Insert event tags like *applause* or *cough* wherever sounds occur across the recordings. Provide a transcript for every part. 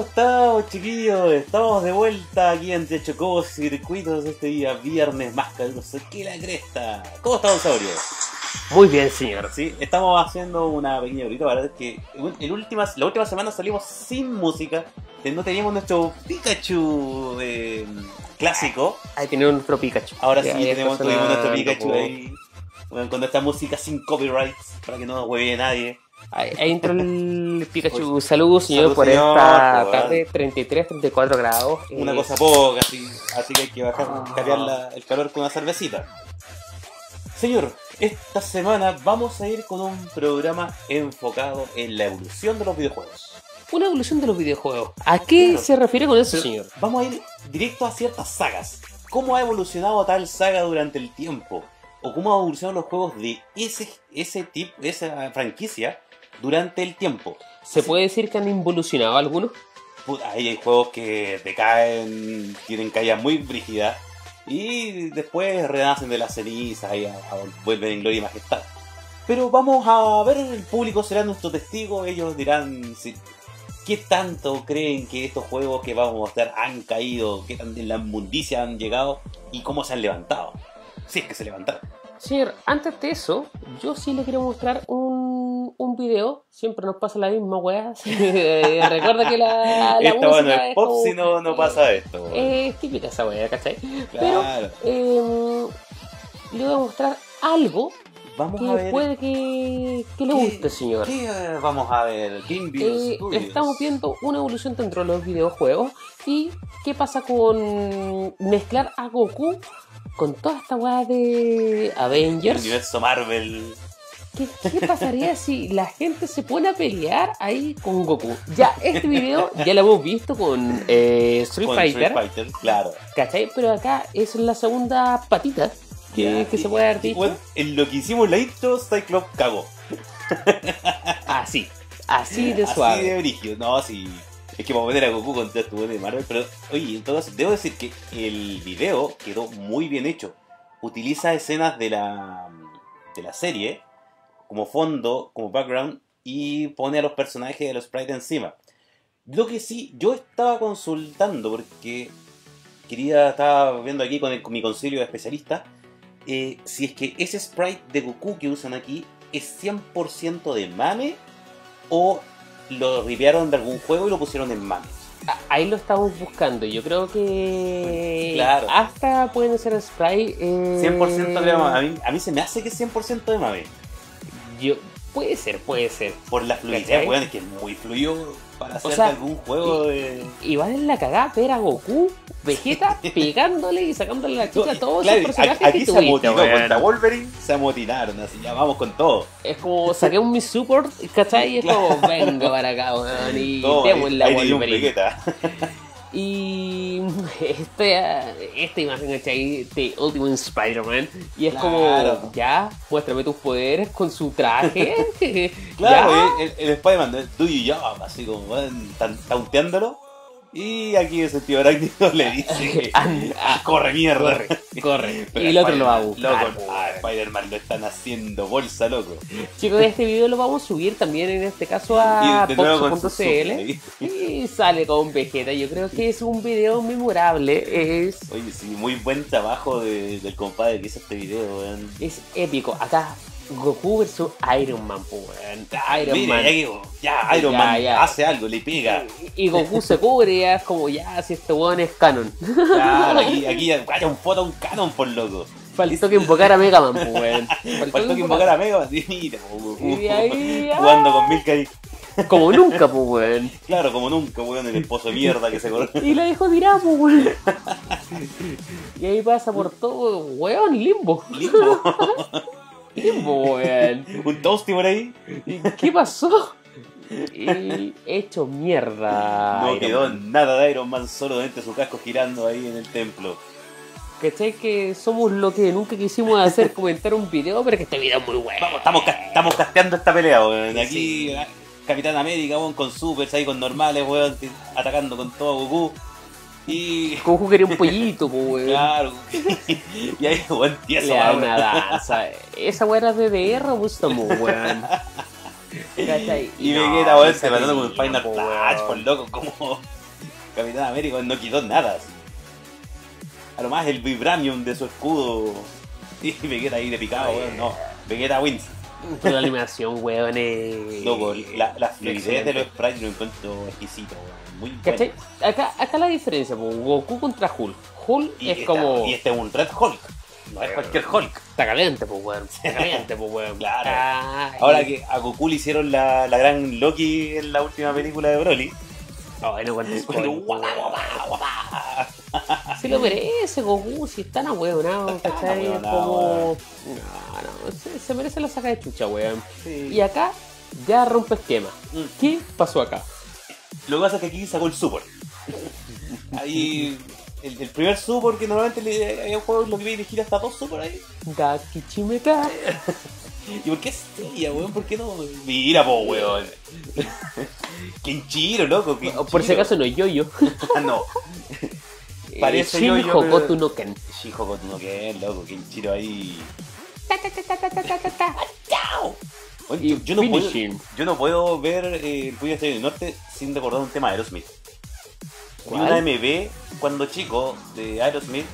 estamos, chiquillos? Estamos de vuelta aquí en Te Chocó Circuitos este día viernes más caluroso que la cresta. ¿Cómo está, Saurio? Muy bien, señor. Sí, estamos haciendo una pequeña brita para que el última, la última semana salimos sin música. que No teníamos nuestro Pikachu eh, clásico. Hay que tener un pro Pikachu. Ahora sí Ya, ya tenemos, está tuvimos nuestro sonando, Pikachu po. ahí. Bueno, con esta música sin copyrights para que no nos hueve nadie. Ahí, ahí *laughs* entró el Pikachu. Saludos, Pues, Salud, señor, por señor, esta po, tarde. 33, 34 grados. Una Eh, cosa poca, así, así que hay que bajar, Ah. capear la- el calor con una cervecita. Señor, esta semana vamos a ir con un programa enfocado en la evolución de los videojuegos. Una evolución de los videojuegos. ¿A qué Claro. se refiere con eso, Pero señor? Vamos a ir directo a ciertas sagas. ¿Cómo ha evolucionado tal saga durante el tiempo? ¿O cómo han evolucionado los juegos de ese, ese tipo, esa franquicia durante el tiempo? ¿Se puede decir que han involucionado algunos? Puta, ahí hay juegos que te caen, tienen caídas muy brígidas y después renacen de las cenizas y a- a- vuelven en gloria y majestad. Pero vamos a ver, el público será nuestro testigo, ellos dirán si- qué tanto creen que estos juegos que vamos a mostrar han caído, qué tan en la inmundicia han llegado y cómo se han levantado. Si es que se levantaron. Señor, antes de eso, yo sí le quiero mostrar un, un video. Siempre nos pasa la misma weá. *laughs* eh, Recuerda que Ah, la, la Esta bueno, música es pop como- si no, no pasa esto. weón. Eh, Es típica esa weá, ¿cachai? pero- Claro. Eh, le voy a mostrar algo Vamos a que ver. puede que, que le ¿Qué- guste, señor. ¿Qué eh, vamos a ver? Game Views Eh, Studios. estamos viendo una evolución dentro de los videojuegos y qué pasa con mezclar a Goku con toda esta weá de El Avengers. universo Marvel. ¿Qué, qué *laughs* pasaría si la gente se pone a pelear ahí con Goku? Ya, este video ya lo hemos visto con eh, Street con Fighter, Street Fighter, claro. ¿cachai? Pero acá es la segunda patita que, Ya, que y- se puede haber y dicho. bueno, en lo que hicimos la intro, Cyclops cagó. Así, así de Así suave. de brígido. No, sí. Es que vamos a meter a Goku contra este weón de Marvel. Pero, oye, en todo caso, debo decir que el video quedó muy bien hecho. Utiliza escenas de la, de la serie como fondo, como background, y pone a los personajes de los sprites encima. Lo que sí, yo estaba consultando porque quería, estaba viendo aquí con, el- con mi concilio de especialistas, eh, si es que ese sprite de Goku que usan aquí es 100% de mame o lo ripearon de algún juego y lo pusieron en mame. A- Ah, Ahí lo estamos buscando. Yo creo que Claro. hasta pueden ser spray. eh, 100% de mame. A mí, a mí se me hace que es 100% de mame. Yo, puede ser, puede ser. Por la fluidez, ¿Cachai? weón, es que es muy fluido para O hacer de sea, algún juego de... Y van en la cagada ver a Goku, *laughs* Vegeta, pegándole y sacándole la chica a todos Claro, esos personajes aquí que se tuviste, amotinó weón. contra Wolverine, se amotinaron, así ya vamos con todo. Es como saqué un mi support, ¿cachai? Y es como, venga para acá, weón, *laughs* y Todo, démosle a ahí tenía un *laughs* Wolverine. Vegeta. Y *laughs* este, esta imagen ¿cachai? de Ultimate Spider-Man. Y es Claro. como, ya, muéstrame tus poderes con su traje. *laughs* *laughs* Claro, el, Ya. el- el Spider-Man, de do you job, así como weón, tan- taunteándolo. Y aquí el sentido arácnido le *laughs* dice, Anda, "Ah, corre mierda. corre, corre. Pero *laughs* y el otro Spider-Man, lo va a buscar. Loco, a Spider-Man lo están haciendo bolsa, loco. Chicos, este video lo vamos a subir también en este caso a Y de nuevo con su popso.cl. sub, Y sale con Vegeta. Yo creo que es un video memorable. Es Oye, sí, muy buen trabajo de- del compadre que hizo este video, weón. Es épico. Acá, Goku versus Iron Man, po, weón. Iron Mira, Man. ya que- Ya, Iron Ya, Man ya. hace algo, le pega. Y Goku se cubre y ya es como, ya, si este weón es canon. *laughs* Claro, aquí, aquí haya un foto, un canon, por loco. Faltó que invocar a Mega Man, po, weón. Faltó que invocar a Mega Man, sí, mira, uh, uh, Y ahí, ah. jugando con Milka y, Como nunca, po, weón. claro, como nunca, weón, el esposo de mierda que se conoce. Y la dejó tirada, po, weón. Y ahí pasa por todo, weón, limbo. Limbo, weón. un toasty por ahí. ¿Y ¿Qué pasó? Y hecho mierda. no Ah, Iron quedó Man. nada de Iron Man solo dentro de su casco girando ahí en el templo. ¿Cachai? Que somos lo que nunca quisimos hacer, comentar un video, pero que este video es muy bueno. Vamos, estamos, ca- estamos casteando esta pelea, weón. Aquí, Sí. ah, Capitán América, weón, con supers ahí, con normales, weón, t- atacando con todo a Goku. *laughs* Y. Goku quería un pollito, po, weón. Claro, *laughs* y ahí, weón, Le tieso, da weón. una danza. Esa weá era de DR, Gustavo, weón. ¿Cachai? Y No, Vegeta, weón, *laughs* esa se matando con película, Final po, Flash, weón. por loco, como. *laughs* Capitán América no quitó nada. así. A lo más el vibranium de su escudo. *laughs* Y Vegeta ahí de picado, weón. No, Vegeta wins. Pero la animación, weón, es... Loco, la, la fluidez de excelente. los sprites lo encuentro exquisito, weón. Muy bueno. ¿Cachai? Acá, acá la diferencia, po, Goku contra Hulk. Hulk Y es esta- como... Eh, Y este es un Red Hulk. No es cualquier Hulk. Está caliente, pues, *laughs* weón. Está caliente, pues, weón. Claro. Ay. Ahora que a Goku le hicieron la, la gran Loki en la última película de Broly. Ay, no *laughs* cuentes Bueno, spoiler, guau, guau, weón. guau, guau. Si lo merece Goku, si está ahueonado, Está ¿cachai? Es ahueonado, como... No, no, se, se merece la saca de chucha, weón. Sí. Y acá ya rompe esquema. Mm. ¿Qué pasó acá? Lo que pasa es que aquí sacó el Super. Ahí. El, el primer Super que normalmente le, había un juego en lo que iba a dirigir hasta dos Super ahí. Gakichimeta. ¿Y por qué Seiya, weón? ¿Por qué no? Mira, po, weón. *laughs* Kenchiro, loco. Kenchiro. Por si acaso no es yo-yo. Ah, *laughs* no. Parece Eh, Shin yo-yo, pero- Hokoto no Ken. Shijo Kotuno Ken, loco. Kenchiro ahí. Ta, ta, ta, ta, ta, ta, ta, ta. Oye, Y yo, yo no puedo, finishing. yo no puedo ver eh, el Puyo Estrella del Norte sin recordar un tema de Aerosmith. Vi ¿Cuál? una MV cuando chico de Aerosmith,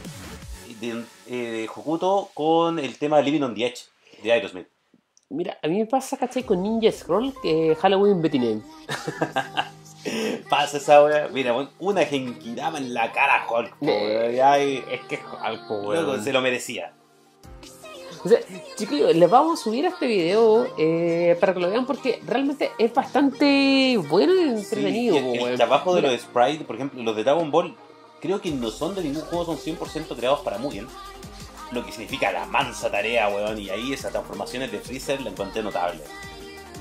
de, eh, de Hokuto, con el tema Living on the Edge de Aerosmith. Mira, a mí me pasa, ¿cachai? Con Ninja Scroll que Halloween Betty Name. Pasa esa wea. Mira, weón, una genkidama en la cara, a Hulk. po, weón. Ay, Es que es algo, loco, weón. se lo merecía. O sea, chicos, les vamos a subir a este video eh, para que lo vean porque realmente es bastante bueno y entretenido, Sí, el- el, weón. trabajo de Mira, los sprites, por ejemplo, los de Dragon Ball, creo que no son de ningún juego, son 100% creados para Mugen. Lo que significa la mansa tarea, weón. Y ahí esas transformaciones de Freezer la encontré notable.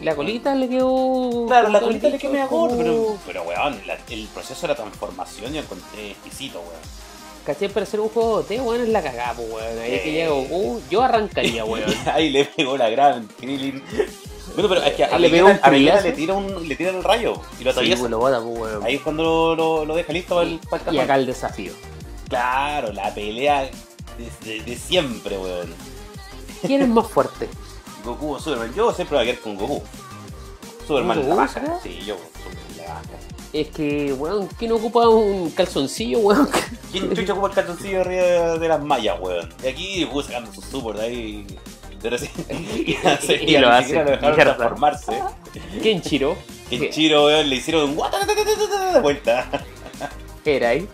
La colita le quedó... Claro, la con colita el le bicho quemé a gordo, pero, como- pero weón, la- el proceso de la transformación yo encontré exquisito, weón. *laughs* ¿Cachai? Para hacer un juego de té, weón, es la cagada, po, weón. Ahí Eh. que llega Goku, yo arrancaría, *laughs* weón. Ahí le pegó la gran Krillin. Bueno, pero es que a, Le pegó Vegeta- un a Vegeta trillazo. le tira, un, le tira el rayo y lo Sí, atraviesa. pues, lo bota, po, weón. Ahí es cuando lo, lo- lo deja listo para el, para el Y cajón. acá el desafío. Claro, la pelea de, de- de siempre, weón. ¿Quién es más fuerte? Goku o Superman. Yo siempre voy a quedar con Goku. Superman ¿Con la Goku, baja. será? Sí, yo Superman la baja. Es que, weón, ¿quién ocupa un *laughs* calzoncillo, weón? ¿Quién chucha ocupa el calzoncillo arriba de las mallas, weón? Y aquí Goku sacando su super de ahí. De recién. *laughs* y, *laughs* y lo hace, Lo dejaron mierda. Ah, transformarse. Kenshiro. El Chiro, weón, le hicieron un de vuelta. Era ahí.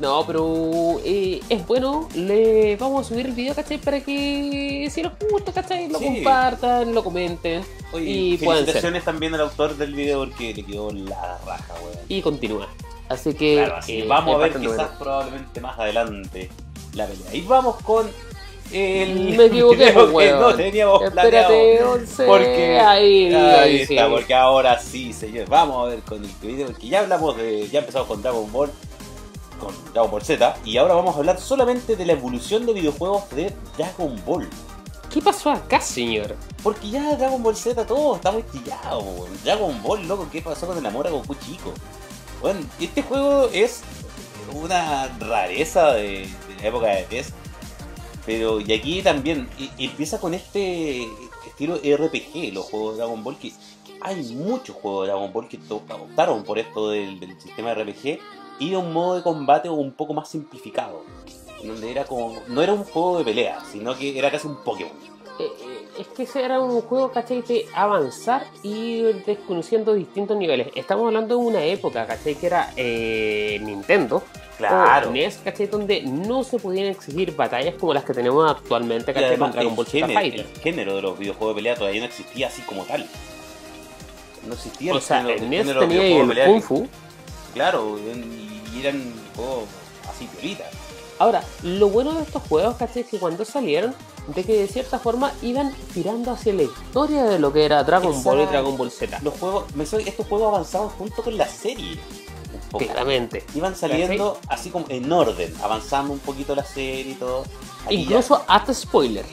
No, pero eh, es bueno. Le vamos a subir el video, ¿cachai? Para que si les gusta, ¿cachai? Lo Sí. compartan, lo comenten. Oye, *laughs* y puedan ser. felicitaciones también al autor del video porque le quedó la raja, weón. Y continúa. Así que. Claro, así eh, vamos es a ver bastante quizás probablemente más adelante la pelea. Y vamos con el *laughs* Me equivoqué, video que weón. no teníamos bueno. planeado. Espérate, 11. Porque Ahí, ahí está, sí. porque ahora sí, señores. Vamos a ver con el video. Porque ya hablamos de. Ya empezamos con Dragon Ball. Con Dragon Ball Z. Y ahora vamos a hablar solamente de la evolución de videojuegos de Dragon Ball. ¿Qué pasó acá, señor? Porque ya Dragon Ball Z todo está muy pillado, weón. Dragon Ball, loco, ¿qué pasó con el amor a Goku chico? Bueno, este juego es una rareza de, de la época de PES. Pero, y aquí también, y- y empieza con este estilo RPG, los juegos de Dragon Ball, que hay muchos juegos de Dragon Ball que to- optaron por esto del, del sistema RPG y de un modo de combate un poco más simplificado. Donde era como, no era un juego de pelea, sino que era casi un Pokémon. Eh, eh, es que ese era un juego, ¿cachai? De avanzar y ir desconociendo distintos niveles. Estamos hablando de una época, ¿cachai? Que era eh, Nintendo. Claro. o NES, ¿cachai? Donde no se podían exigir batallas como las que tenemos actualmente, Y ¿cachai? además, Con Dragon Ball el, Z género, Fighter. el género de los videojuegos de pelea todavía no existía así como tal. No existía O sea, género- el NES género de tenía videojuegos de pelea el Kung que- Fu. Claro, en- y eran juegos así piolitas. Ahora, lo bueno de estos juegos, ¿cachai? Es que cuando salieron, de que de cierta forma iban tirando hacia la historia de lo que era Dragon Ball y Exacto. Dragon Ball Z. Los juegos, me soy- estos juegos avanzaban junto con la serie. Un poco. Claramente. Iban saliendo así como en orden, avanzando un poquito la serie y todo. Aquí ya- Incluso hasta spoiler.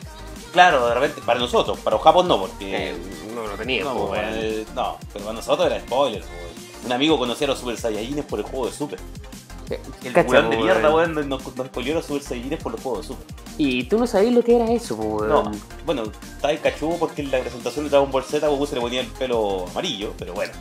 claro, de repente, para nosotros, para los japos no, porque Eh, no lo tenía. No, pues, pues, weón. eh, no, pero para nosotros era spoiler. pues. Un amigo conocía a los Super Saiyajines por el juego de Super. El Cacha, weón de pues, mierda, weón. weón, nos, nos spoileó a los Super Saiyajines por los juegos de Super. Y tú no sabías lo que era eso, po, No, weón. bueno, está el cachudo porque en la presentación de Dragon Ball Z Goku se le ponía el pelo amarillo, pero bueno.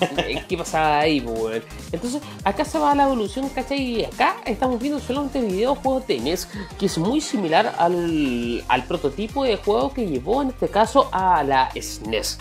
Eh, ¿Qué pasaba ahí, po, weón? Entonces, acá se va la evolución, ¿cachai? Y acá estamos viendo solamente videojuegos de NES, que es muy similar al, al prototipo de juego que llevó en este caso a la SNES.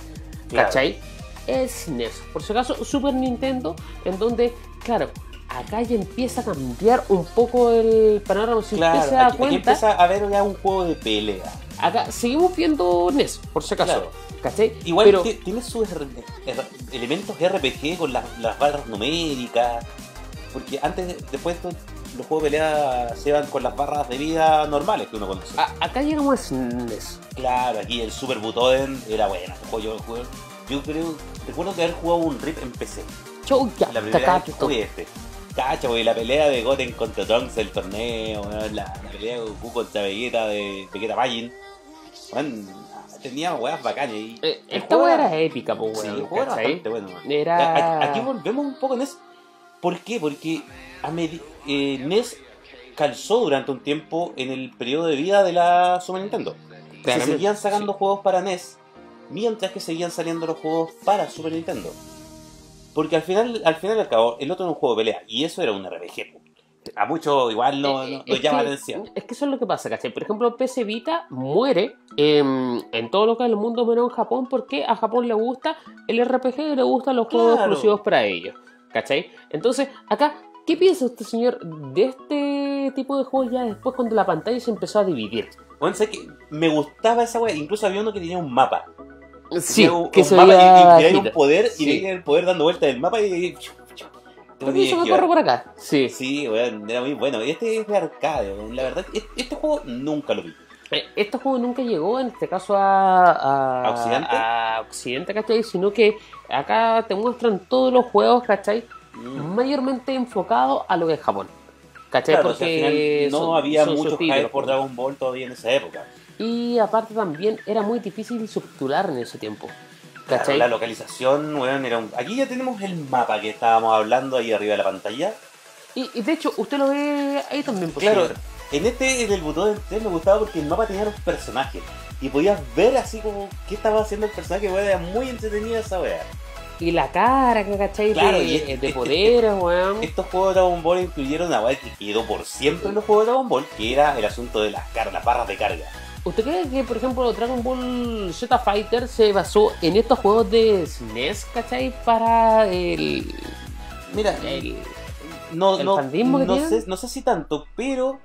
Claro. ¿Cachai? SNES. Por si acaso, Super Nintendo, en donde, claro, acá ya empieza a cambiar un poco el panorama. Si usted Claro, se da aquí, aquí cuenta, empieza a ver ya un juego de pelea. acá seguimos viendo NES, por si acaso. Claro. ¿Cachai? Igual Pero- ti- tiene sus er- er- elementos RPG con las, las barras numéricas. Porque antes, después de- los juegos de pelea se van con las barras de vida normales que uno conoce. A- acá llegamos a E SNES. Claro, aquí el Super Butoden era bueno. este juego Yo, lo jugué- yo creo, recuerdo que haber jugado un RIP en PC. Chau, ya, La primera vez que Takato. jugué este. Cacha, güey, la pelea de Goten contra Trunks del torneo, weón, la, la pelea de Goku contra Vegeta de Vegeta Majin. Weón, tenía weas bacanas. Y Eh, el esta juego weá era- era épica, pues Sí, weón. el juego era ¿cachai? bastante bueno. weón. Era- A- Aquí volvemos un poco en eso. ¿Por qué? Porque a medi- eh, NES calzó durante un tiempo en el periodo de vida de la Super Nintendo. Se Claramente, seguían sacando juegos para NES, mientras que seguían saliendo los juegos para Super Nintendo. Porque al final, al final y al cabo, el otro era un juego de pelea, y eso era un RPG. po. A muchos igual no, Eh, no- eh, no es llama que- la atención. Es que eso es lo que pasa, ¿cachai? Por ejemplo, PS Vita muere em, en todo lo que es el mundo menos en Japón porque a Japón le gusta el RPG y le gustan los juegos Claro. exclusivos para ellos, ¿cachai? Entonces, acá, ¿qué piensa usted, señor, de este tipo de juegos ya después cuando la pantalla se empezó a dividir? Bueno, sé que me gustaba esa wea, incluso había uno que tenía un mapa. Sí, Tenía un, que un se mapa y- veía y, tenía un gira. poder, Sí. y tenía el poder dando vueltas del mapa y... Creo que eso me corre por acá. Sí. Sí, weón, era muy bueno. Y este es de arcade, weón. La verdad, es- este juego nunca lo vi. Eh, Este juego nunca llegó, en este caso, a, a, ¿A Occidente? a Occidente, ¿cachai? Sino que acá te muestran todos los juegos, ¿cachai? Mayormente enfocado a lo que es Japón. ¿Cachai? Claro, o sea, al Porque final no son- había son pues. sus mucho hype títulos, por Dragon Ball todavía en esa época. Y aparte también era muy difícil subtitular en ese tiempo. Claro, ¿Cachai? la localización, weón, era un... Aquí ya tenemos el mapa que estábamos hablando ahí arriba de la pantalla. y, y de hecho, usted lo ve ahí también, pues, por Claro, ejemplo. en este, en el botón de tres me gustaba porque el mapa tenía los personajes. Y podías ver así como qué estaba haciendo el personaje, weón. Era muy entretenida esa weá. Y la cara, ¿cachai? Claro, de, y es- de poderes, weón. Estos juegos de Dragon Ball incluyeron una weá que quedó por siempre en los juegos de Dragon Ball, que era el asunto de las cargas, las barras de carga. ¿Usted cree que, por ejemplo, Dragon Ball Z Fighter se basó en estos juegos de SNES, ¿cachai? Para el. Mira, el- no, ¿El no, fandismo que no tienen? sé, no sé si tanto, pero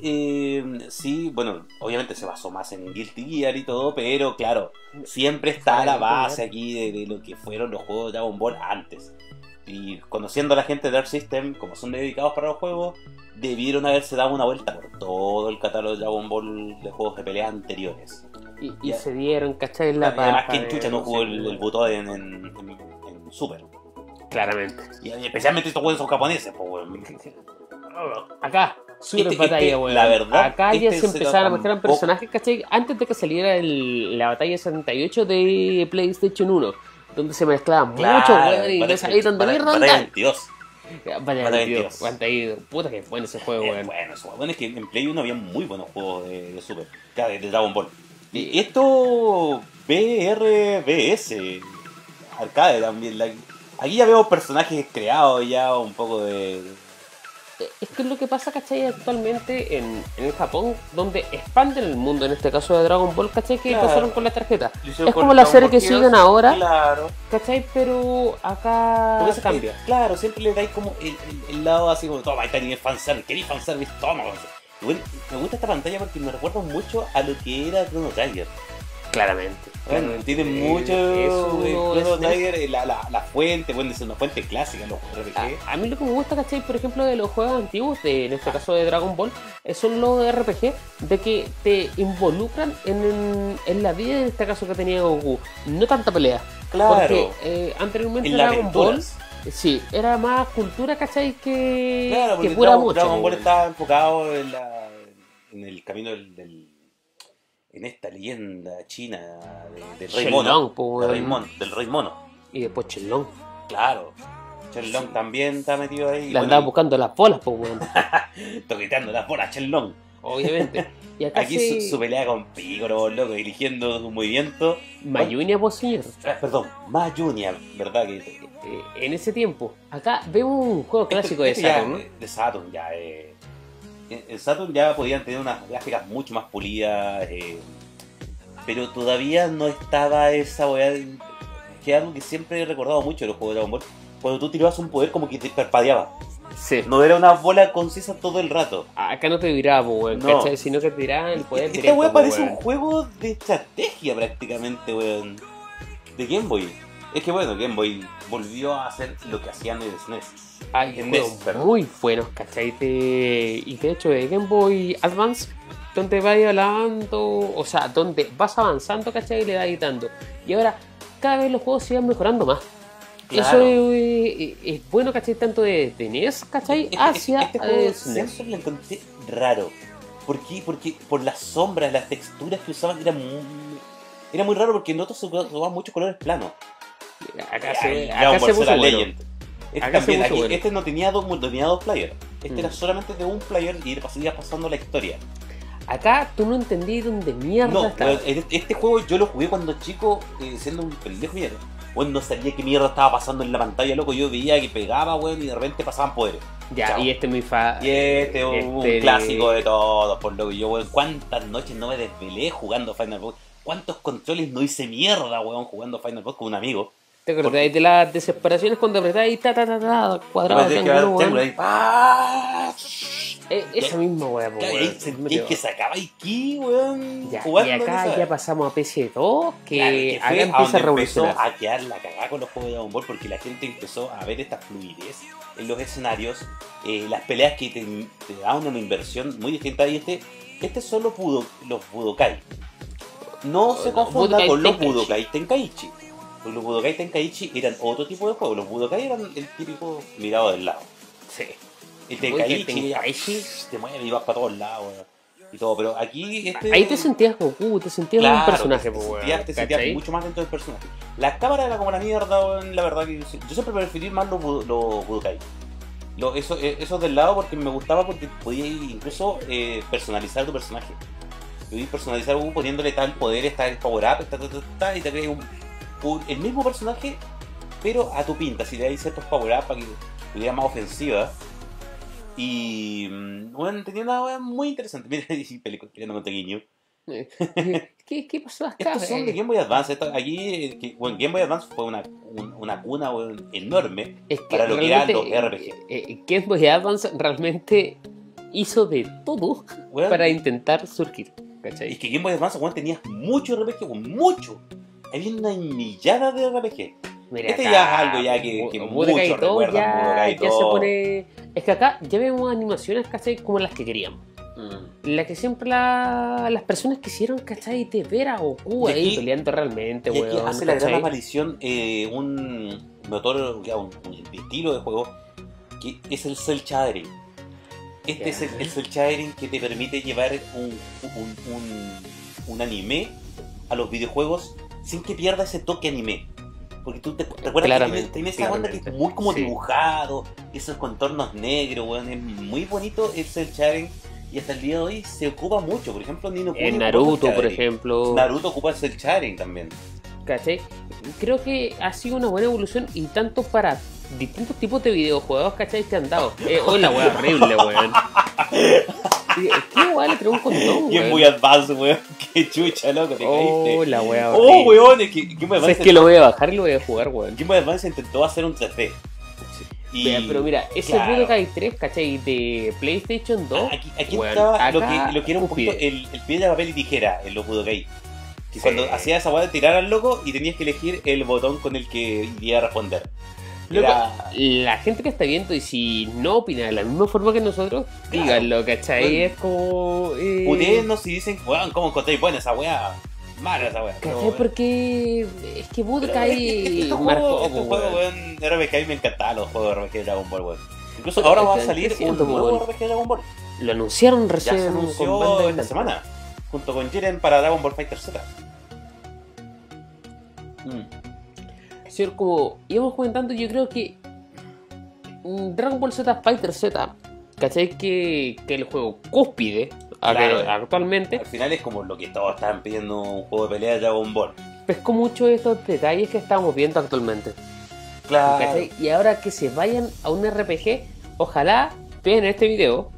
eh, sí, bueno, obviamente se basó más en Guilty Gear y todo, pero claro, siempre está Para la el base aquí de, de lo que fueron los juegos de Dragon Ball antes. Y conociendo a la gente de Dark System, como son dedicados para los juegos, debieron haberse dado una vuelta por todo el catálogo de Dragon Ball de juegos de pelea anteriores. y, y ya. se dieron, ¿cachai? Y La además paja que en de- Chucha no jugó sí, el, el botón en, en- en- en Super. Claramente. Y especialmente estos juegos son japoneses, pues, *laughs* weón. Acá, Super Este- Batalla, este, weón. la verdad, Acá ya este se se empezaron a lo mostrar tampoco- personajes, ¿cachai? Antes de que saliera el- la batalla 78 de PlayStation 1. Donde se mezclaban mucho, weón, y no Batalla- sabía dónde Batalla- mierda Batalla andar. 22. Batalla 22. 22. Batalla- Puta que bueno ese juego, Eh, weón. bueno, eso, bueno, es que en Play 1 había muy buenos juegos de, de Super, ya, de, de Dragon Ball. Y esto, BRBS, arcade también. la- aquí ya veo personajes creados, ya un poco de... Es que es lo que pasa, ¿cachai? Actualmente en, en el Japón, donde expanden el mundo, en este caso de Dragon Ball, ¿cachai? Que Claro. pasaron con la tarjeta, Es como la serie que siguen ahora. Claro. ¿cachai? Pero acá Porque eso cambia. que- claro, siempre le dais como el, el- el lado así como, toma, ahí está el fanservice, queréis fanservice, toma. fanservice". Y bueno, me gusta esta pantalla porque me recuerda mucho a lo que era Chrono Trigger. Claramente. Bueno, claramente. tiene mucho Es el uno de este- Chrono esos- Trigger, eh, la, la, la fuente, bueno, es una fuente clásica en los RPG. a, a mí lo que me gusta, ¿cachai? Por ejemplo, de los juegos antiguos, de, en este caso de Dragon Ball, eh, son los RPG de que te involucran en, en la vida, en este caso que tenía Goku. No tanta pelea. Porque Claro, eh, anteriormente en las Dragon Ball, aventuras. Eh, sí, era más cultura, ¿cachai? Que, Claro, que porque pura Dragon, mocha, Dragon Ball weón. estaba enfocado en, la- en el camino del, del- en esta leyenda china de- del Rey Mono. Shenlong, po, Del Rey weón. Mono, del Rey Mono. Y después Chelón. Claro. Chenlong también está metido ahí. Le bueno, *laughs* andaba buscando las bolas, pues, weón. toqueteando las bolas, Chenlong. Obviamente. Y acá Aquí se- su, su pelea con Piccolo, loco, dirigiendo un movimiento. Mayunia, pues señor. Ah, perdón, Ma Junior, ¿verdad? Que, Eh, en ese tiempo. Acá vemos un juego clásico de Este *laughs* ya, Saturn. ¿no? eh, De Saturn, ya. eh. En en Saturn ya podían tener unas gráficas mucho más pulidas. eh, pero todavía no estaba esa weá. de- Que es algo que siempre he recordado mucho de los juegos de Dragon Ball. Cuando tú tirabas un poder, como que te parpadeaba. Sí. No era una bola concisa todo el rato. Acá no te dirá, weón, No. ¿cachai? Sino que te dirá el poder Esta directo, weá po, parece weón. un juego de estrategia prácticamente, weón. De Game Boy. Es que bueno, Game Boy volvió a hacer lo que hacían en el E SNES. Hay en juegos NES, perdón. muy buenos, ¿cachai? De- y de hecho, de Game Boy Advance, donde vas hablando, o sea, donde vas avanzando, ¿cachai? Y le vas editando. Y ahora, cada vez los juegos se van mejorando más. Claro. Eso es, eh, es- es bueno, ¿cachai? Tanto de, de NES, ¿cachai? Este- Hacia este juego de eh, SNES. Sensor lo encontré raro. ¿Por qué? Porque por las sombras, las texturas que usaban era muy, era muy raro porque en otros se usaban muchos colores planos. Acá se, Ay, acá Dragon se Ball puso Z bueno. Legend. Este, Acá se también, puso aquí- bueno. este no tenía dos, no tenía dos players. Este Mm. era solamente de un player y pas- iba pasando la historia. Acá tú no entendí dónde mierda No, estaba. weón, este- este juego yo lo jugué cuando chico, eh, siendo un pendejo mierda. Bueno, no sabía qué mierda estaba pasando en la pantalla, loco. Yo veía que pegaba, weón, y de repente pasaban poderes. ya, chao. y este es mi fa. Y este es un, un Este- clásico de todos, por lo que yo, weón, cuántas noches no me desvelé jugando Final Boss. ¿Cuántos controles no hice mierda, weón, jugando Final Boss con un amigo? ¿Te acordáis de las desesperaciones cuando apretáis ta ta ta ta cuadrado? Yo me tenía que triángulo, dar triángulo weón? ahí. ¡Ah! Eh, esa Ya. misma weá, po, Claro, weón. ahí sentí que sacaba Iki, weón, Ya, Y jugando en acá esa- ya pasamos a PC2, que, Claro, que acá fue a empieza donde a revolucionar. empezó a quedar la cagada con los juegos de Dragon Ball porque la gente empezó a ver esta fluidez en los escenarios, eh, las peleas que te, te daban una inversión muy distinta y este, este solo pudo, los Budokai. No se no, confunda Budokai con los Tenkaichi. Budokai Tenkaichi. Porque los Budokai Tenkaichi eran otro tipo de juego. Los Budokai eran el típico mirado del lado. Sí. El Uy, que Tenkaichi, era, Tenkaichi. te mueve y vas para todos lados. weón, Y todo, pero aquí este- Ahí te sentías Goku, te sentías Claro, un personaje, te po, weón, sentías, te sentías ¿cachai? mucho más dentro del personaje. La cámara era como la mierda, weón, la verdad que yo, yo siempre preferí más los, bu- los Budokai. Lo- eso, eh, eso del lado porque me gustaba porque podía ir incluso eh, personalizar tu personaje. Podías personalizar a Goku poniéndole tal poder, tal power up, ta, ta, ta, ta, y te creas un, un- el mismo personaje, pero a tu pinta. Si le dais ciertos power up para que tuviera más ofensiva. Y mm, bueno, tenía una weá muy interesante. *laughs* Mira, y peleando con Teguiño. *laughs* ¿Qué, ¿Qué pasó acá? Estos son eh? de Game Boy Advance. Esto- aquí, eh, que- bueno, Game Boy Advance fue una, un- una cuna weón, enorme. Es que para lo que eran realmente, los RPG. eh, eh, Game Boy Advance realmente hizo de todo weón. para intentar surgir, Y ¿cachai? que Game Boy Advance weón, tenía mucho RPG, weón, mucho. Había una millada de RPG. Mira Este acá, ya es algo ya que- Bu- que Budokai muchos todo recuerdan, ya, Budokai ya se todo. pone... Es que acá ya vemos animaciones, ¿cachai? Como las que queríamos. La que siempre la- las personas quisieron, ¿cachai? De ver a Goku Y ahí aquí- peleando realmente, Y aquí este weón. hace la gran ¿cachai? aparición eh, un motor, ya, un, un estilo de juego que es el cel shading. Este Ya. es el, el cel shading que te permite llevar un, un- un- un anime a los videojuegos sin que pierda ese toque anime. Porque tú te recuerdas Claramente, que tiene, tiene esa onda que es claramente. muy como Sí. dibujado, esos contornos negros, weón, es muy bonito el cel shading y hasta el día de hoy se ocupa mucho. Por ejemplo, Nino Kuni En ocupa Naruto, cel por shading. ejemplo. Naruto ocupa el cel shading también. ¿Cachai? Creo que ha sido una buena evolución y tanto para distintos tipos de videojuegos, ¿cachai? Que han dado. Eh, hoy la weá horrible, weón. Sí, ¿Qué weá le trae un condón, Bien weón? muy advanced, weón. *laughs* Qué chucha, loco, te Oh, caíste. la weá Oh, horrible. weón, es que Game Boy O sea, es Advance, que lo voy a bajar y lo voy a jugar, weón. Game Boy Advance intentó hacer un 3D. Y Vea, Pero mira, ese claro. Budokai 3, ¿cachai? De PlayStation 2. aquí, aquí Weón, estaba lo acá que, lo que era un poquito pide. el, el pie de papel y tijera en los Budokai. Que Sí. cuando hacías esa weá de tirar al loco y tenías que elegir el botón con el que iría a responder. Loco, Era- la gente que está viendo y si no opina de la misma forma que nosotros, Claro. díganlo, ¿cachai? Bueno. Es como... eh, Ustedes no si dicen, weón, ¿cómo encontráis? Bueno, esa weá. Mala esa weá. No, ¿Cachai? weón. Porque es que Pero es que Budokai este juego- marcó, este pues, juego, weón. weón, RPG, a mí me encantaban los juegos de RPG de Dragon Ball, weón. Incluso Pero ahora va a están salir un creciendo, nuevo weón. RPG de Dragon Ball. Lo anunciaron Ya recién se con banda anunció de esta Blanco. semana, junto con Jiren para Dragon Ball Fighter Z. Señor, como íbamos comentando, yo creo que mm, Dragon Ball Z Fighter Z, ¿cachai? Que, que el juego cúspide a- Claro. que actualmente. Al final es como lo que todos estaban pidiendo un juego de pelea de Dragon Ball. Pesco mucho estos detalles que estamos viendo actualmente. Claro. ¿cachai? Y ahora que se vayan a un RPG, ojalá vean este video.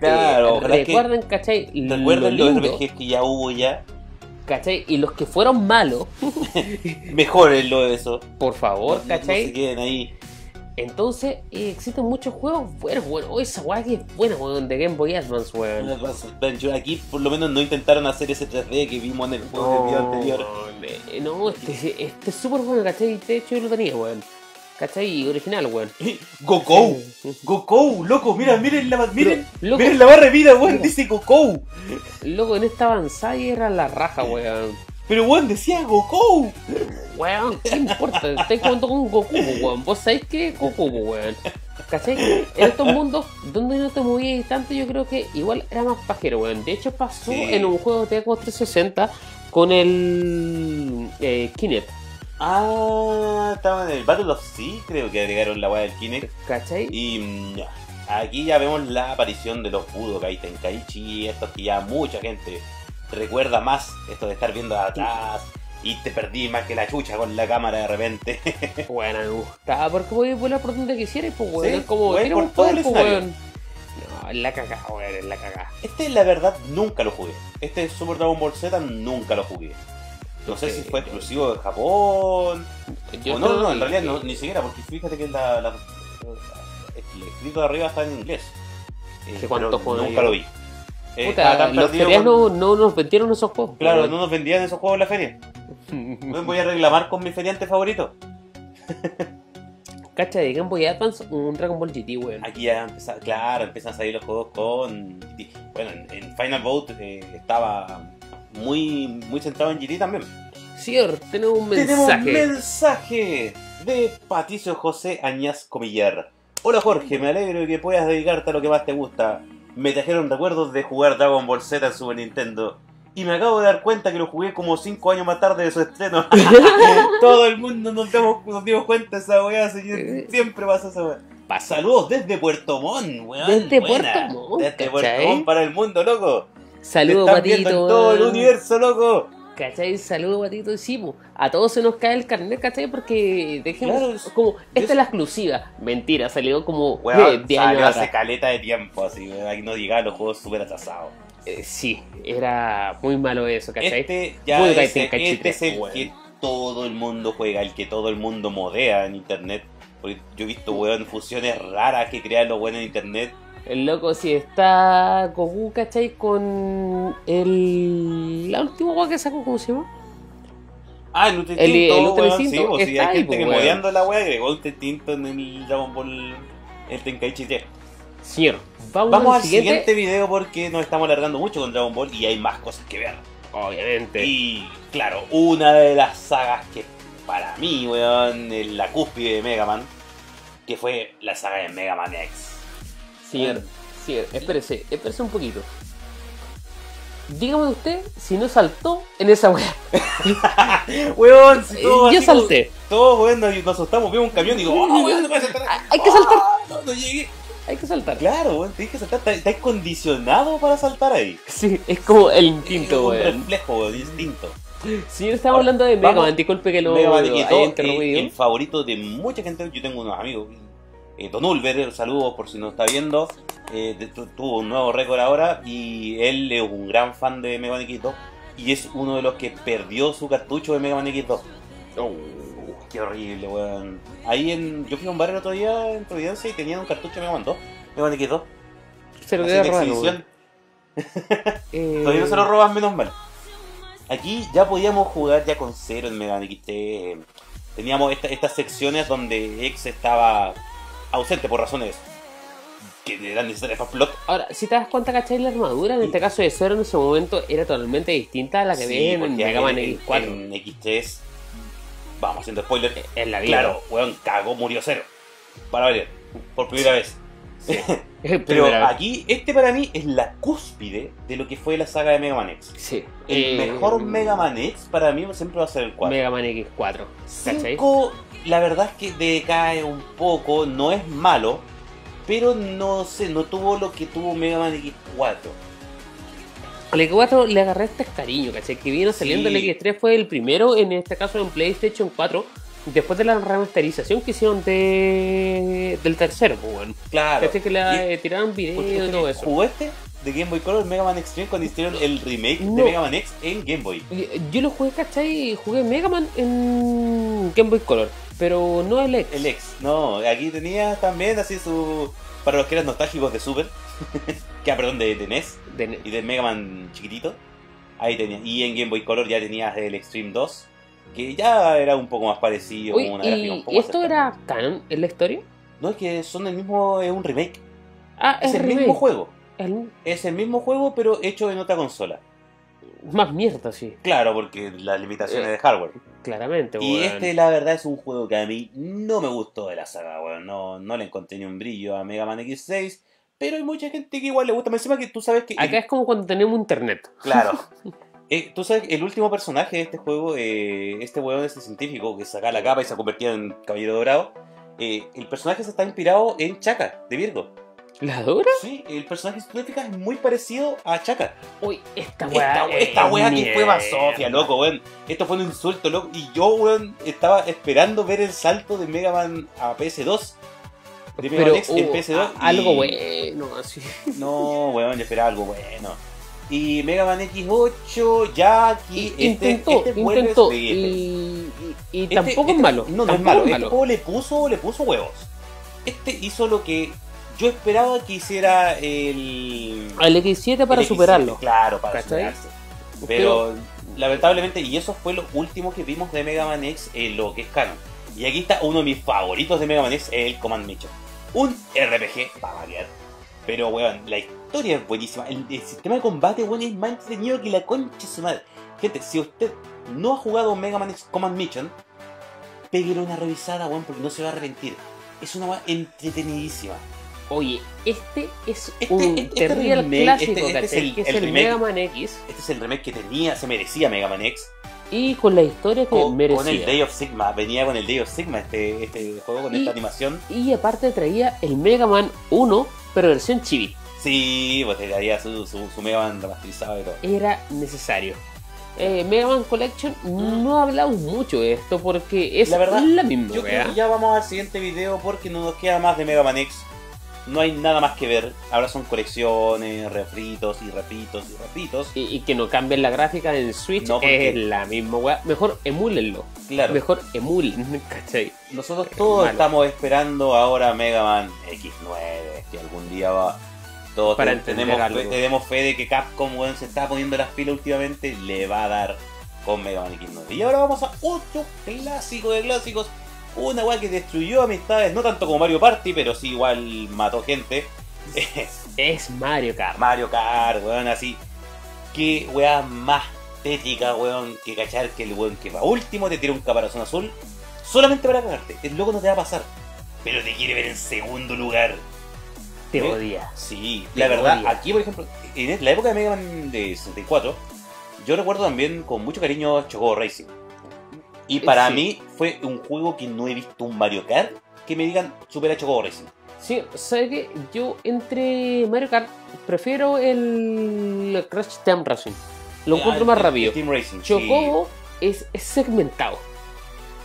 Claro, Eh, ojalá que- recuerden, ¿cachai? Lo Recuerden los lindo, RPGs que ya hubo ya. ¿cachai? Y los que fueron malos, Mejorenlo eso. por favor, No- no ¿cachai? se queden ahí. Entonces, eh, existen muchos juegos buenos, weón. Oh, esa weá que es buena, weón, de Game Boy Advance, Una weón. Advance Adventure. pues, Aquí por lo menos no intentaron hacer ese 3D que vimos en el juego del video anterior. weón, eh, no, este este es súper bueno, ¿cachai? De hecho, yo lo tenía, weón. ¿Cachai? Original, weón. Goku, Goku, loco, mira, miren la, miren, Loco. miren la barra de vida, weón, dice Goku. *laughs* Loco, en esta avanzada era la raja, weón. Pero weón decía Goku. Weón, ¿qué importa? Estáis jugando con Goku, weón. Vos sabéis que es Goku, weón. ¿Cachai? En estos mundos donde no te movías tanto, yo creo que igual era más pajero, weón. De hecho, pasó Sí. en un juego de Xbox 360 con el eh, Kinect. Ah, estaban en el Battle of Sea, creo que agregaron la weá del Kinect. ¿Cachai? Y mm, aquí ya vemos la aparición de los Budokai Tenkaichi, estos que ya mucha gente recuerda más, esto de estar viendo atrás. Y te perdí más que la chucha con la cámara de repente. Bueno, me gustaba porque podías volar por donde quisieras, pues, weón. Sí, Es como weón, tienes por un todo el cuerpo, escenario. weón. No, es la cagada, weón, es la cagada. Este, la verdad, nunca lo jugué. Este Super Dragon Ball Z nunca lo jugué. No sé si Ok. fue exclusivo de Japón. Yo o no, creo no, en que- realidad no, ni siquiera, porque fíjate que la, la- el escrito de arriba está en inglés. Eh, ¿Qué cuánto pero juego Nunca hay? lo vi. Eh, Puta, estaba tan los perdido coreanos con- no nos vendieron esos juegos. Claro, weón. no nos vendían esos juegos en la *laughs* feria. Me voy a reclamar con mi feriante favorito. Cacha de Game Boy Advance, un Dragon Ball GT, weón. Aquí ya empieza, claro, empiezan a salir los juegos con GT. Bueno, en, en Final Boat eh, estaba muy, muy centrado en GT también. Cierto, tenemos un mensaje. Tenemos mensaje de Patricio José Añaz Comillar. Hola Jorge, me alegro de que puedas dedicarte a lo que más te gusta. Me trajeron recuerdos de jugar Dragon Ball Z en Super Nintendo. Y me acabo de dar cuenta que lo jugué como 5 años más tarde de su *laughs* estreno. Todo el mundo nos damos- nos dimos cuenta de esa weá, Eh. señor. siempre pasa esa weá. Pasa. Saludos desde Puerto Montt, weón. Desde Buena. Puerto Montt, Desde Puerto ¿cachai? Montt para el mundo, loco. Te Saludos, están viendo patito. en todo el weón. universo, loco. ¿Cachai? Saludos, patito. Sí, po. a todos se nos cae el carnet, ¿cachai? Porque dejemos Claro, es- como, esta es- es la exclusiva. Mentira, salió como Weón, eh, 10 años salió hace atrás. caleta de tiempo, así, weón. Aquí no llegaban los juegos súper atrasados. Eh, sí, era muy malo eso, ¿cachai? Este ya Budokai es, Tenkaichi este es 3, el weón. que todo el mundo juega, el que todo el mundo modea en internet. Porque yo he visto, weón, fusiones raras que crean los buenos en internet. El loco, si está Goku, ¿cachai? Con el. La última hueá que sacó, ¿cómo se llama? Ah, el Nutri El- el Tinto, Nutri weón, Tinto sí, o sí, está hay ahí, gente pues, que weón. modeando la weá agregó el Tinto en el Dragon Ball, el Tenkaichi 3. Señor, vamos, Vamos al siguiente. siguiente video porque nos estamos alargando mucho con Dragon Ball y hay más cosas que ver. Obviamente. Y claro, una de las sagas que para mí, weón, es la cúspide de Mega Man, que fue la saga de Mega Man X. Señor, señor, er, espérese, espérese un poquito. Dígame usted si no saltó en esa weá. Weón, si Eh, todos Yo así como- salté. Todos, weón, nos, nos asustamos, vimos un camión y digo, ¡oh, *laughs* weón, no puedes saltar! *laughs* Ah, hay que saltar. ¡Ah, *laughs* no, no llegué! Hay que saltar. Claro, weón, tienes que saltar, estás- estás condicionado para saltar ahí. Sí, es como el instinto, Es un weón. reflejo, weón, instinto. Señor, estaba Ahora, hablando de Mega vamos. Man, disculpe que lo Mega Man haya X, todo, eh, interrumpido. el favorito de mucha gente. Yo tengo unos amigos. eh, Don Ulver, saludos por si nos está viendo. eh, de- tu- tuvo un nuevo récord ahora y él es un gran fan de Mega Man X2 y es uno de los que perdió su cartucho de Mega Man X2. Oh, qué horrible, weón. Ahí en, yo fui a un bar el otro día en Providencia y tenían un cartucho de Mega Man 2, Mega Man X2. se lo así queda en raro, exhibición. weón. Eh, Todavía no se lo roban, menos mal. Aquí ya podíamos jugar ya con cero en Mega Man XT. Teníamos esta- estas secciones donde X estaba ausente por razones que eran necesarias para plot. Ahora, si te das cuenta, ¿cachai? La armadura, en Sí. este caso de Zoro, en ese momento era totalmente distinta a la que Sí, ven en porque Mega Man en- X4. En XT es- Vamos haciendo spoiler. es la vida. *laughs* claro, weón, cagó, murió cero. Para variar, por primera vez. Es Pero primera vez. aquí, este para mí es la cúspide de lo que fue la saga de Mega Man X. Sí. El Eh, mejor Mega Man X para mí siempre va a ser el 4. Mega Man X4. ¿Cachai? 5, la verdad es que decae un poco, no es malo, pero no sé, no tuvo lo que tuvo Mega Man X4. Al X4 le agarré este cariño, ¿cachai? Que vino saliendo Sí. el X3 fue el primero, en este caso en PlayStation 4, después de la remasterización que hicieron de, del tercero, pues, bueno. Claro. ¿Cachai? Que le Y- eh, tiraron video ¿Usted- y todo usted eso. ¿Jugó este de Game Boy Color Mega Man Extreme cuando hicieron el remake de No. Mega Man X en Game Boy? Y- eh, Yo lo jugué, ¿cachai? Jugué Mega Man en Game Boy Color, pero no el X. El X, no, aquí tenía también así su. Para los que eran nostálgicos de Super, *laughs* que ah, perdón, de, de NES De- y de Mega Man chiquitito, ahí tenía. Y en Game Boy Color ya tenías el Extreme 2, que ya era un poco más parecido, Oye, con una gráfica un ¿Y poco y más esto cercana. era canon en la historia? No, es que son el mismo, es un remake. Ah, Es, es, el remake. mismo juego. El- Es el mismo juego, pero hecho en otra consola. más mierda, sí, Claro, porque las limitaciones Eh, de hardware. claramente. Y weón. este, la verdad, es un juego que a mí no me gustó de la saga, weón. No, no le encontré ni un brillo a Mega Man X6. Pero hay mucha gente que igual le gusta. Me encima que tú sabes que. Acá es como cuando tenemos internet. Claro. *laughs* Eh, tú sabes que el último personaje de este juego, eh, este weón, este científico que saca la capa y se ha convertido en Caballero Dorado. eh, el personaje se está inspirado en Chaka, de Virgo. ¿La dura? Sí, el personaje, si tú te fijas, es muy parecido a Chaka. Uy, esta Esta, weá. we- esta es wea que fue mierda. Basofia, loco, weón. Esto fue un insulto, loco. Y yo, weón, estaba esperando ver el salto de Mega Man a PS2. De Mega Pero Man X en hubo PS2. a- algo y- bueno, así. No, weón, yo esperaba algo bueno. Y Mega Man X8, ya aquí. este, intentó, este vuelve a intentó. seguir. Y, y- y Este- tampoco este- es malo. No, no tampoco es malo. Este juego le puso, le puso huevos. Este hizo lo que yo esperaba que hiciera el. Al X7 para el X7, superarlo. Claro, para ¿Cachai? superarse. Pero lamentablemente, y eso fue lo último que vimos de Mega Man X, eh, lo que es canon. Y aquí está uno de mis favoritos de Mega Man X, el Command Mission. Un RPG para variar. Pero, weón, la historia es buenísima. El, el sistema de combate, weón, es más entretenido que la concha de su madre. Gente, si usted no ha jugado Mega Man X Command Mission, pégale una revisada, weón, porque no se va a arrepentir. Es una weón entretenidísima. Oye, este es Este- un este- este terrible remake, clásico, este- este es ¿cachai? el- que es el el, remake. Mega Man X Este es el remake que tenía, se merecía Mega Man X. y con la historia que con, merecía. con el Day of Sigma, venía con el Day of Sigma este, este juego, con Y- esta animación. Y aparte traía el Mega Man 1, pero versión chibi. Sí, pues te daría su, su, su Mega Man remasterizado y todo. Era necesario. Eh, Mega Man Collection no hablamos mucho de esto porque es Mm. La la, verdad, misma. Yo wea. creo que ya vamos al siguiente video porque no nos queda más de Mega Man X. No hay nada más que ver. Ahora son colecciones, refritos y repitos y repitos. Y, y que no cambien la gráfica en Switch No, porque- es la misma weá. Mejor emúlenlo. Claro, Mejor emulen, *laughs* ¿cachai? nosotros es todos malo. estamos esperando ahora Mega Man X9, que algún día va. Todos Para ten- entender tenemos, fe, algo. tenemos fe de que Capcom weón, se está poniendo las pilas últimamente, le va a dar con Mega Man X9. Y ahora vamos a otro clásico de clásicos. Una weá que destruyó amistades, no tanto como Mario Party, pero sí igual mató *laughs* gente. Es Mario Kart. Mario Kart, weón, así. Qué weá más tétrica, weón, que cachar que el weón que va último te tira un caparazón azul solamente para cagarte. El loco no te va a pasar, pero te quiere ver en segundo lugar. Te ¿Eh? odia. Sí, Te la verdad, odia. aquí, por ejemplo, en la época de Mega Man de 64, yo recuerdo también con mucho cariño Chocobo Racing. Y Eh, para sí. mí fue un juego que no he visto un Mario Kart que me digan supera Chocobo Racing. Sí, ¿sabes qué? Yo entre Mario Kart prefiero el Crash Team Racing. Lo encuentro Ah, más el- rápido. el Team Racing, sí. Chocobo es, es segmentado.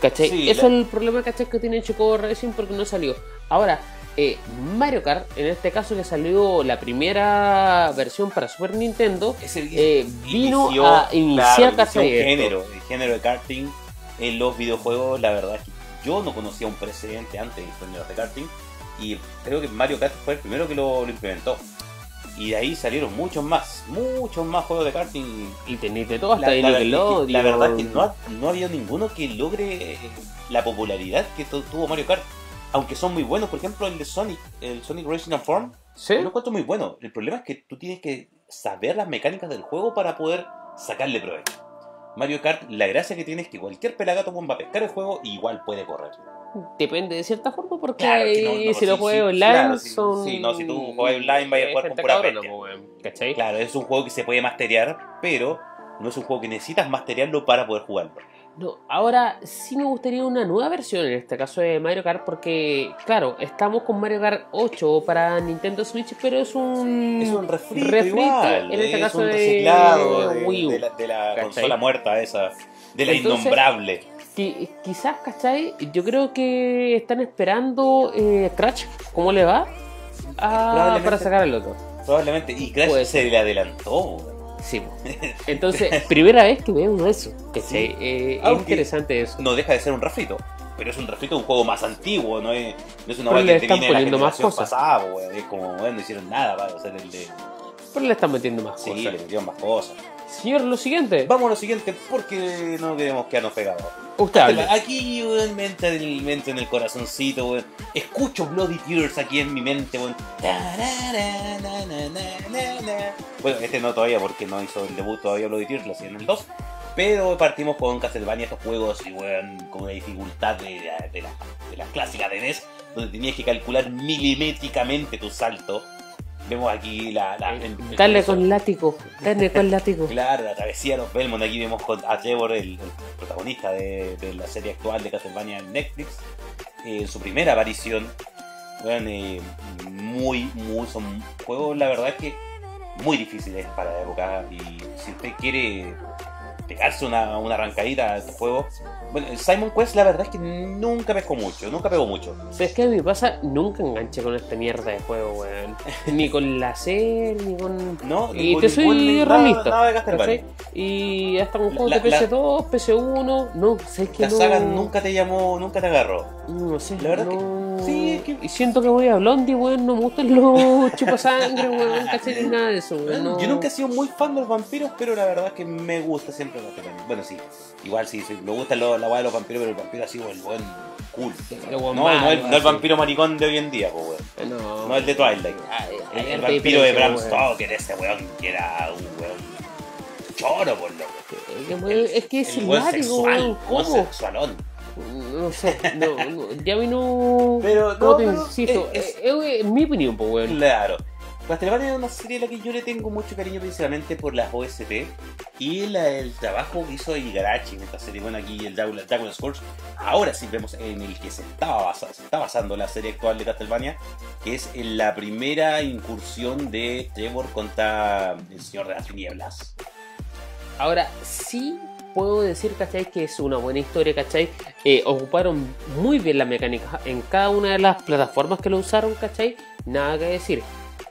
¿Cachai? Sí, Eso la- es el problema ¿cachai? que tiene Chocobo Racing porque no salió. Ahora, eh, Mario Kart, en este caso que salió la primera versión para Super Nintendo, Es el- eh, vino inició, a iniciar claro, casi inició un esto. género, el género de karting en los videojuegos, la verdad es que yo no conocía un precedente antes en géneros de karting y creo que Mario Kart fue el primero que lo, lo implementó. Y de ahí salieron muchos más, muchos más juegos de karting. Y tenéis de todo hasta La- ahí la, lo verdad que es lo que- la digo. verdad es que no ha, no ha habido ninguno que logre eh, la popularidad que tu- tuvo Mario Kart. Aunque son muy buenos, por ejemplo el de Sonic, el Sonic Racing and Form, ¿Sí? yo lo encuentro muy bueno. El problema es que tú tienes que saber las mecánicas del juego para poder sacarle provecho. Mario Kart, la gracia que tiene es que cualquier pelagato bomba a pescar el juego y igual puede correr. Depende de cierta forma porque si no- no, si sí, lo sí, juegas online claro, sí, son... sí, no, si tú juegas online vaya a es jugar con gente pura cabrona, bestia. po, weón, ¿Cachai? Claro, es un juego que se puede masterear, pero no es un juego que necesitas masterearlo para poder jugarlo. No, ahora sí me gustaría una nueva versión en este caso de Mario Kart porque, claro, estamos con Mario Kart 8 para Nintendo Switch, pero es un, Es un refrito, Mm, refrito, igual. en este es caso un de reciclado de, Wii U, de la, de la ¿cachai? consola muerta esa, de la Entonces- innombrable. Qui- quizás, ¿cachai? Yo creo que están esperando eh, Crash, ¿cómo le va? Ah, Probablemente. para sacar al otro. Probablemente. Y Crash Puede se le adelantó. weón. Sí. *laughs* po. Entonces, primera vez que veo eso, ¿cachai? Sí. Eh, es Aunque- interesante eso. No deja de ser un refrito. Pero es un refrito de un juego más antiguo, no es, no es una Pero weá te le están viene de la poniendo más generación cosas. pasada, weón. Es como, weón, no hicieron nada para hacer el de. Pero le están metiendo más Sí, le cosas. metieron más cosas. Señor, lo siguiente. Vamos a lo siguiente, porque no queremos quedarnos pegados. Usted hable. Aquí, weón, me entra en el, me entra en el corazoncito, weón. Escucho Bloody Tears aquí en mi mente, weón. Tararararararara. Bueno, este no todavía porque no hizo el debut todavía Bloody Tears, lo hacía en el 2. Pero partimos con Castlevania, estos juegos, y weón, con una dificultad de, la- de, la- de las clásicas de NES, donde tenías que calcular milimétricamente tu salto. Vemos aquí la... la el- Eh, Dale con látigo, dale con látigo. Claro, la travesía de los Belmont. Aquí vemos con- a Trevor, el, el protagonista de, de la serie actual de Castlevania en Netflix, eh, en su primera aparición. Bueno, eh, muy, muy, son juegos, la verdad es que muy difíciles para la época. Y si usted quiere pegarse una, una arrancadita a estos juegos, bueno, el Simon Quest, la verdad es que nunca pescó mucho, nunca pegó mucho. *laughs* ¿Sabes qué? A mí me pasa, nunca enganché con esta mierda de juego, weón. *laughs* Ni con la serie, ni con. No, Y Ningún- te soy ningún- realista. Nada, nada de Castlevania. ¿cachai? Y hasta con juegos La- de PS2, PS1, no, ¿sabes qué? La no, saga nunca te llamó, nunca te agarró. No sé, La verdad no- sí, es que- Y siento que voy a Blondie, weón, no me gustan los *laughs* chupasangre, weón, ¿cachai? Ni nada de eso, weón. no. Yo nunca he sido muy fan de los vampiros, pero la verdad es que me gusta siempre los vampiros. Bueno, sí, igual sí, sí, me gusta lo- la guay de los vampiros, pero el vampiro así, el buen cool. El No, buen no, malo, el, no el así. vampiro maricón de hoy en día, pues, weón. Eh, No, No el de Twilight. Ay, El, hay el harta vampiro de diferencia, Bram weón. Stoker, ese weón que era un weón choro, por loco. Eh, que, weón, Es que es el el weón látigo, weón. sexual, weón ¿Cómo? sexualón. No sé, no, no, ya vino. Pero, ¿Cómo no, te pero, insisto? eh, es- Eh, eh, es mi opinión, pues, weón. Claro. Castlevania es una serie a la que yo le tengo mucho cariño principalmente por las OST y la- el trabajo que hizo Igarachi en esta serie. Bueno, aquí el Dragon- Dragon's Curse. Ahora sí vemos en el que se estaba, basa- se está basando la serie actual de Castlevania, que es en la primera incursión de Trevor contra el Señor de las Nieblas. Ahora sí puedo decir, ¿cachai? Que es una buena historia, ¿cachai? Eh, ocuparon muy bien la mecánica en cada una de las plataformas que lo usaron, ¿cachai? Nada que decir.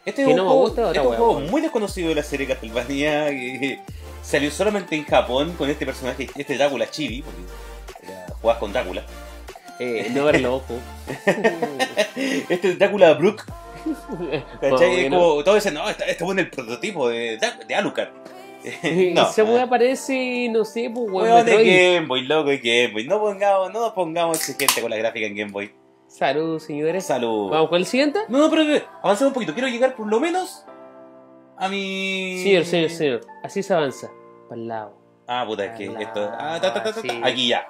Este Que es un, no me juego, gusta, este ahora es un voy a juego jugar. muy desconocido de la serie Castlevania que salió solamente en Japón con este personaje, este Drácula Chibi, porque era- jugabas con Drácula. Eh, no verlo, ojo. *laughs* Este Drácula Brook ¿Cachai? Más o Es menos. como, todos dicen, no, este, este bueno es el prototipo de, de Alucard. *laughs* *laughs* no. Esa weá parece, no sé, pues, weón. Weón de Metroid. Game Boy, loco de Game Boy. No pongamos, no nos pongamos exigentes con la gráfica en Game Boy. Salud, señores. Salud. Vamos con el siguiente. No, no, pero eh, avancemos un poquito. Quiero llegar por lo menos a mi. Señor, señor, señor. Así se avanza. Para el lado. Ah, puta, es que Ah, esto. Ah, ta, ta, ta, ta, sí. ta. Aquí ya.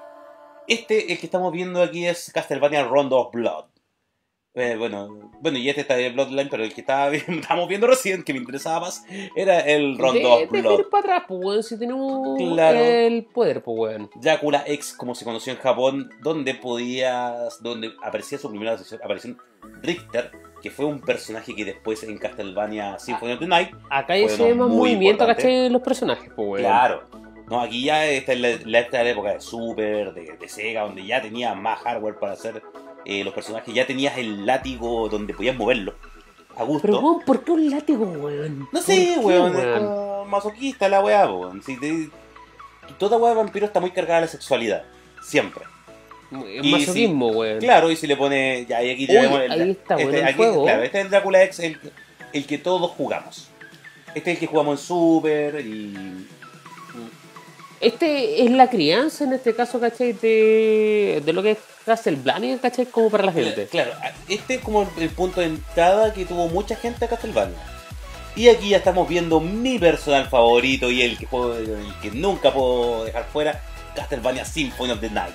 Este, el que estamos viendo aquí es Castlevania Rondo of Blood. Eh, bueno, bueno, y este está de Bloodline, pero el que estaba, *laughs* estábamos viendo recién, que me interesaba más, era el Rondo de, of Blood. de *laughs* ir para atrás, pues, weón. Si tenemos Claro. el poder, pues, weón. Drácula X, como se conoció en Japón, donde podías, donde aparecía su primera aparición- aparición Richter, que fue un personaje que después en Castlevania Symphony of the Night, Acá ya Bueno, se ve más muy movimiento, importante. ¿cachai? de Los personajes, pues, weón. claro. No, aquí ya esta es la, la- esta es la época de Super, de, de Sega, donde ya tenías más hardware para hacer eh, los personajes, ya tenías el látigo donde podías moverlo a gusto. Pero, weón, ¿por qué un látigo, weón? No sé, ¿Por qué, weón, es como masoquista la weá, weón. Si te- toda weá de vampiro está muy cargada de la sexualidad, siempre. Es Y masoquismo, weón. Claro, y si le pone. Ya, y aquí Uy, tenemos ahí está, bueno, el aquí- juego. Claro, este es el Drácula X, el, el que todos jugamos. Este es el que jugamos en Super y. Este es la crianza, en este caso, ¿cachai? De, de lo que es Castlevania, ¿cachai? Como para la gente. Claro, este es como el, el punto de entrada que tuvo mucha gente a Castlevania. Y aquí ya estamos viendo mi personal favorito y el que juego, el que nunca puedo dejar fuera, Castlevania Symphony of the Night.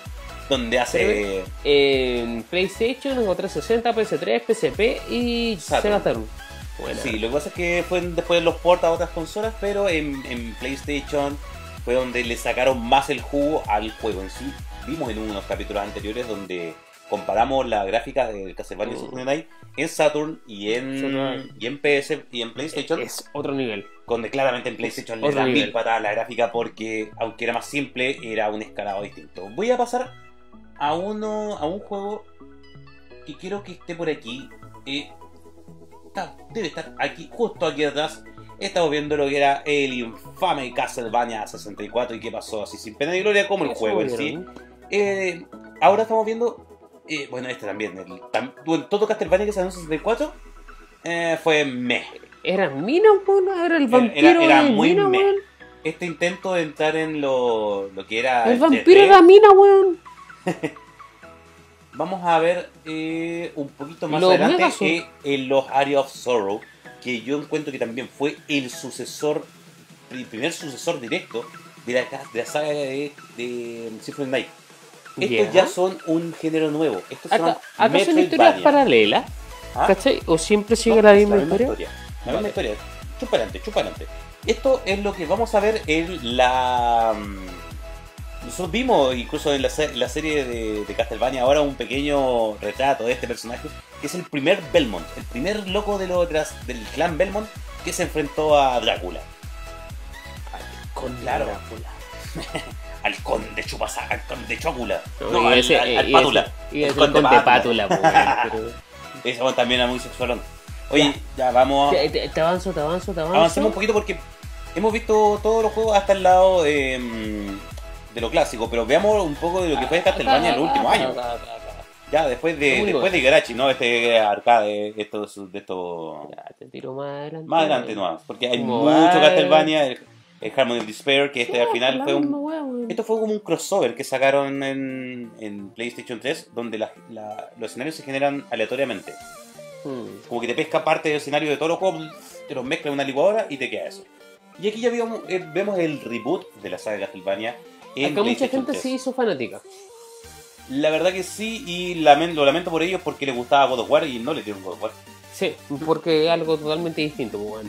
Donde hace. En PlayStation, en 360, PS3, PSP y Saturn. Sega Saturn. Buena. Sí, lo que pasa es que fue en- después los porta a otras consolas, pero en, en PlayStation, fue donde le sacaron más el jugo al juego en sí. Vimos en unos capítulos anteriores donde comparamos las gráficas de Castlevania Mm. Symphony of the Night en Saturn y en, Saturn. y en PS y en PlayStation. Es otro nivel. Donde claramente en PlayStation le Otro dan nivel. mil patadas a la gráfica porque, aunque era más simple, era un escalado distinto. Voy a pasar a uno a un juego que quiero que esté por aquí. Eh, está- debe estar aquí, justo aquí atrás. Estamos viendo lo que era el infame Castlevania 64 y qué pasó así sin pena ni gloria como el Eso juego en sí. vieron. Eh, ahora estamos viendo. eh, bueno, este también. el- tam- bueno, todo Castlevania que salió en 64 eh, fue meh. Era Mina, weón. Era Era- el era- vampiro. era de muy Mina, meh. weón. Este intento de entrar en lo, lo que era. El el vampiro 3D, era Mina, weón. Vamos a ver eh, un poquito más Los adelante Megazord. eh, en los Area of Sorrow, que yo encuentro que también fue el sucesor, el primer sucesor directo de la, ca- de la saga de, de Symphony of the Night. Estos Ya. ya son un género nuevo. Estos son Acá, acá son historias Metroidvania. paralelas, ¿Ah? ¿cachai? ¿O siempre No, sigue la es misma historia? La misma historia. Chupa adelante, chupa adelante. Esto es lo que vamos a ver en la. mm, Nosotros vimos incluso en la, se- la serie de, de Castlevania ahora un pequeño retrato de este personaje, que es el primer Belmont, el primer loco de los otras, del clan Belmont que se enfrentó a Drácula, Con Claro. Drácula. *laughs* al conde Chupasa, al conde Chocula, No, no, y al, ese- al- y al ese- Pátula. Y El es conde con de Pátula. pátula, *laughs* weón. pero- Ese weón también era muy sexualón. Oye, ya, vamos. Te, te- te avanzo, te avanzo, te avanzo. Avancemos un poquito porque hemos visto todos los juegos hasta el lado eh, de lo clásico, pero veamos un poco de lo que fue Castlevania en Ah, los últimos años. Ya, después de, Lo único después de Garachi, ¿no? Este arcade, estos, de estos... Ya, te tiro más adelante. Más adelante este nomás, porque hay Como mucho va- Castlevania, el, el Harmony of Despair, que este al final La fue un... misma wea, weón. Esto fue como un crossover que sacaron en, en PlayStation 3, donde la- la- los escenarios se generan aleatoriamente. Mm. Como que te pesca parte del escenario de todos los juegos, te los mezcla en una licuadora y te queda eso. Y aquí ya vemos, eh, vemos el reboot de la saga de Castlevania. En Acá mucha PlayStation gente 3. se hizo fanática. La verdad que sí, y lamen- lo lamento por ellos porque les gustaba God of War y no le dieron God of War. Sí, porque es algo totalmente distinto, pues, weón.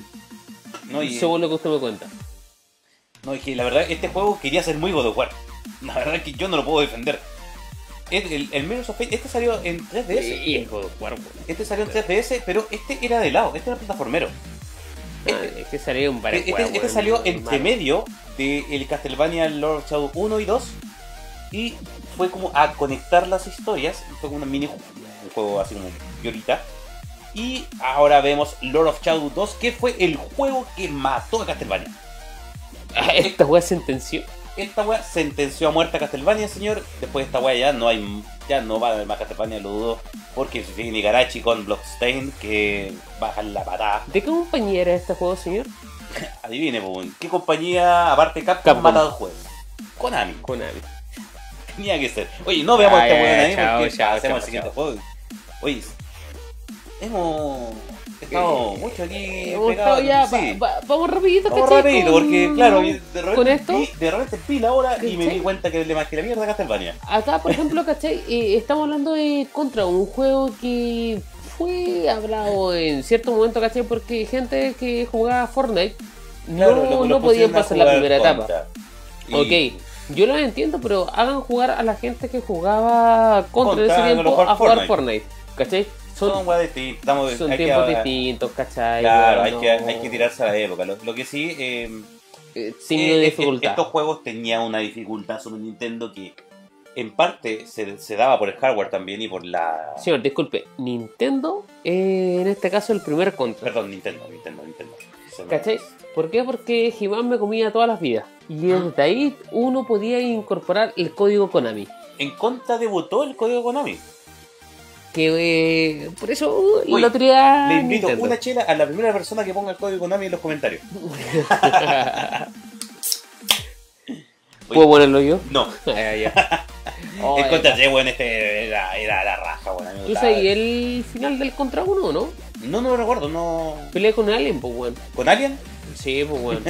Mm. No, y, Según lo que usted me cuenta. no, es que la verdad, este juego quería ser muy God of War. La verdad es que yo no lo puedo defender. El, el, el Mirror's of Fate, este salió en 3DS. Y es God of War, weón. Este salió en 3DS, pero este era de lado, este era plataformero. Ah, Este salió un Este, este- este salió entre medio del el Castlevania Lord Shadow 1 y 2 y fue como a conectar las historias, fue como un mini un juego así como violita. Y ahora vemos Lord of Shadow 2, que fue el juego que mató a Castlevania. E. *laughs* Esta weá sentenció. Esta weá sentenció a muerte a Castlevania, señor. Después de esta weá ya no hay ya no va a haber más Castlevania, lo dudo. Porque viene Garachi con Blockstein que bajan la patada. ¿De qué compañía era este juego, señor? Adivine, Bowen, ¿qué compañía aparte de Capcom, Capcom. mata al juego? Konami. Konami. Tenía que ser. Oye, no veamos Ah, este ya, weón ya, ahí chao, porque chao, hacemos el chao, siguiente chao. juego. Oye, hemos estado Eh, mucho aquí. Hemos pegados, estado ya, sí. va- va- vamos rapidito, Vamos ¿cachai? rapidito, Con- porque claro, de repente, con esto- vi- de repente vi la hora y me di ¿Cachai? cuenta que le más que la mierda a Castlevania. Acá, por ejemplo, ¿cachai? Eh, estamos hablando de Contra, un juego que fue hablado en cierto momento, ¿cachai? Porque gente que jugaba Fortnite Claro, lo- no, no lo podían pusieron a pasar la jugar primera etapa. contra. Y- Ok, yo lo entiendo, pero hagan jugar a la gente que jugaba Contra en Contra, ese a tiempo lo a mejor jugar Fortnite. Fortnite, ¿cachai? Son, Son weas distintas. Estamos son hay que- tiempos distintos, ¿cachai? Claro, hay Bueno, que, hay que tirarse a la época. Lo, lo que sí. eh, eh, signo Eh, de es que dificultad. Estos juegos tenían una dificultad sobre Nintendo que en parte se, se daba por el hardware también y por la... Señor, disculpe, Nintendo, eh, en este caso el primer Contra. Perdón, Nintendo, Nintendo, Nintendo. Se me- ¿Cachai? ¿Por qué? Porque He-Man me comía todas las vidas. Y Ah. desde ahí uno podía incorporar el código Konami. En contra debutó el código Konami. Que eh, por eso uh, Uy, lo tenía Le invito Nintendo. una chela a la primera persona que ponga el código Konami en los comentarios. ¿Puedo *laughs* ponerlo yo? No, *laughs* Ah, ya. Oh, el eh, contra sí, bueno, este era, era la raja, bueno, a mí me ¿Tú gustaba. sabes el final del Contra 1 no? No, no lo recuerdo, no... Peleé con alguien, pues weón. ¿Con Alien? Sí, *laughs* pues weón.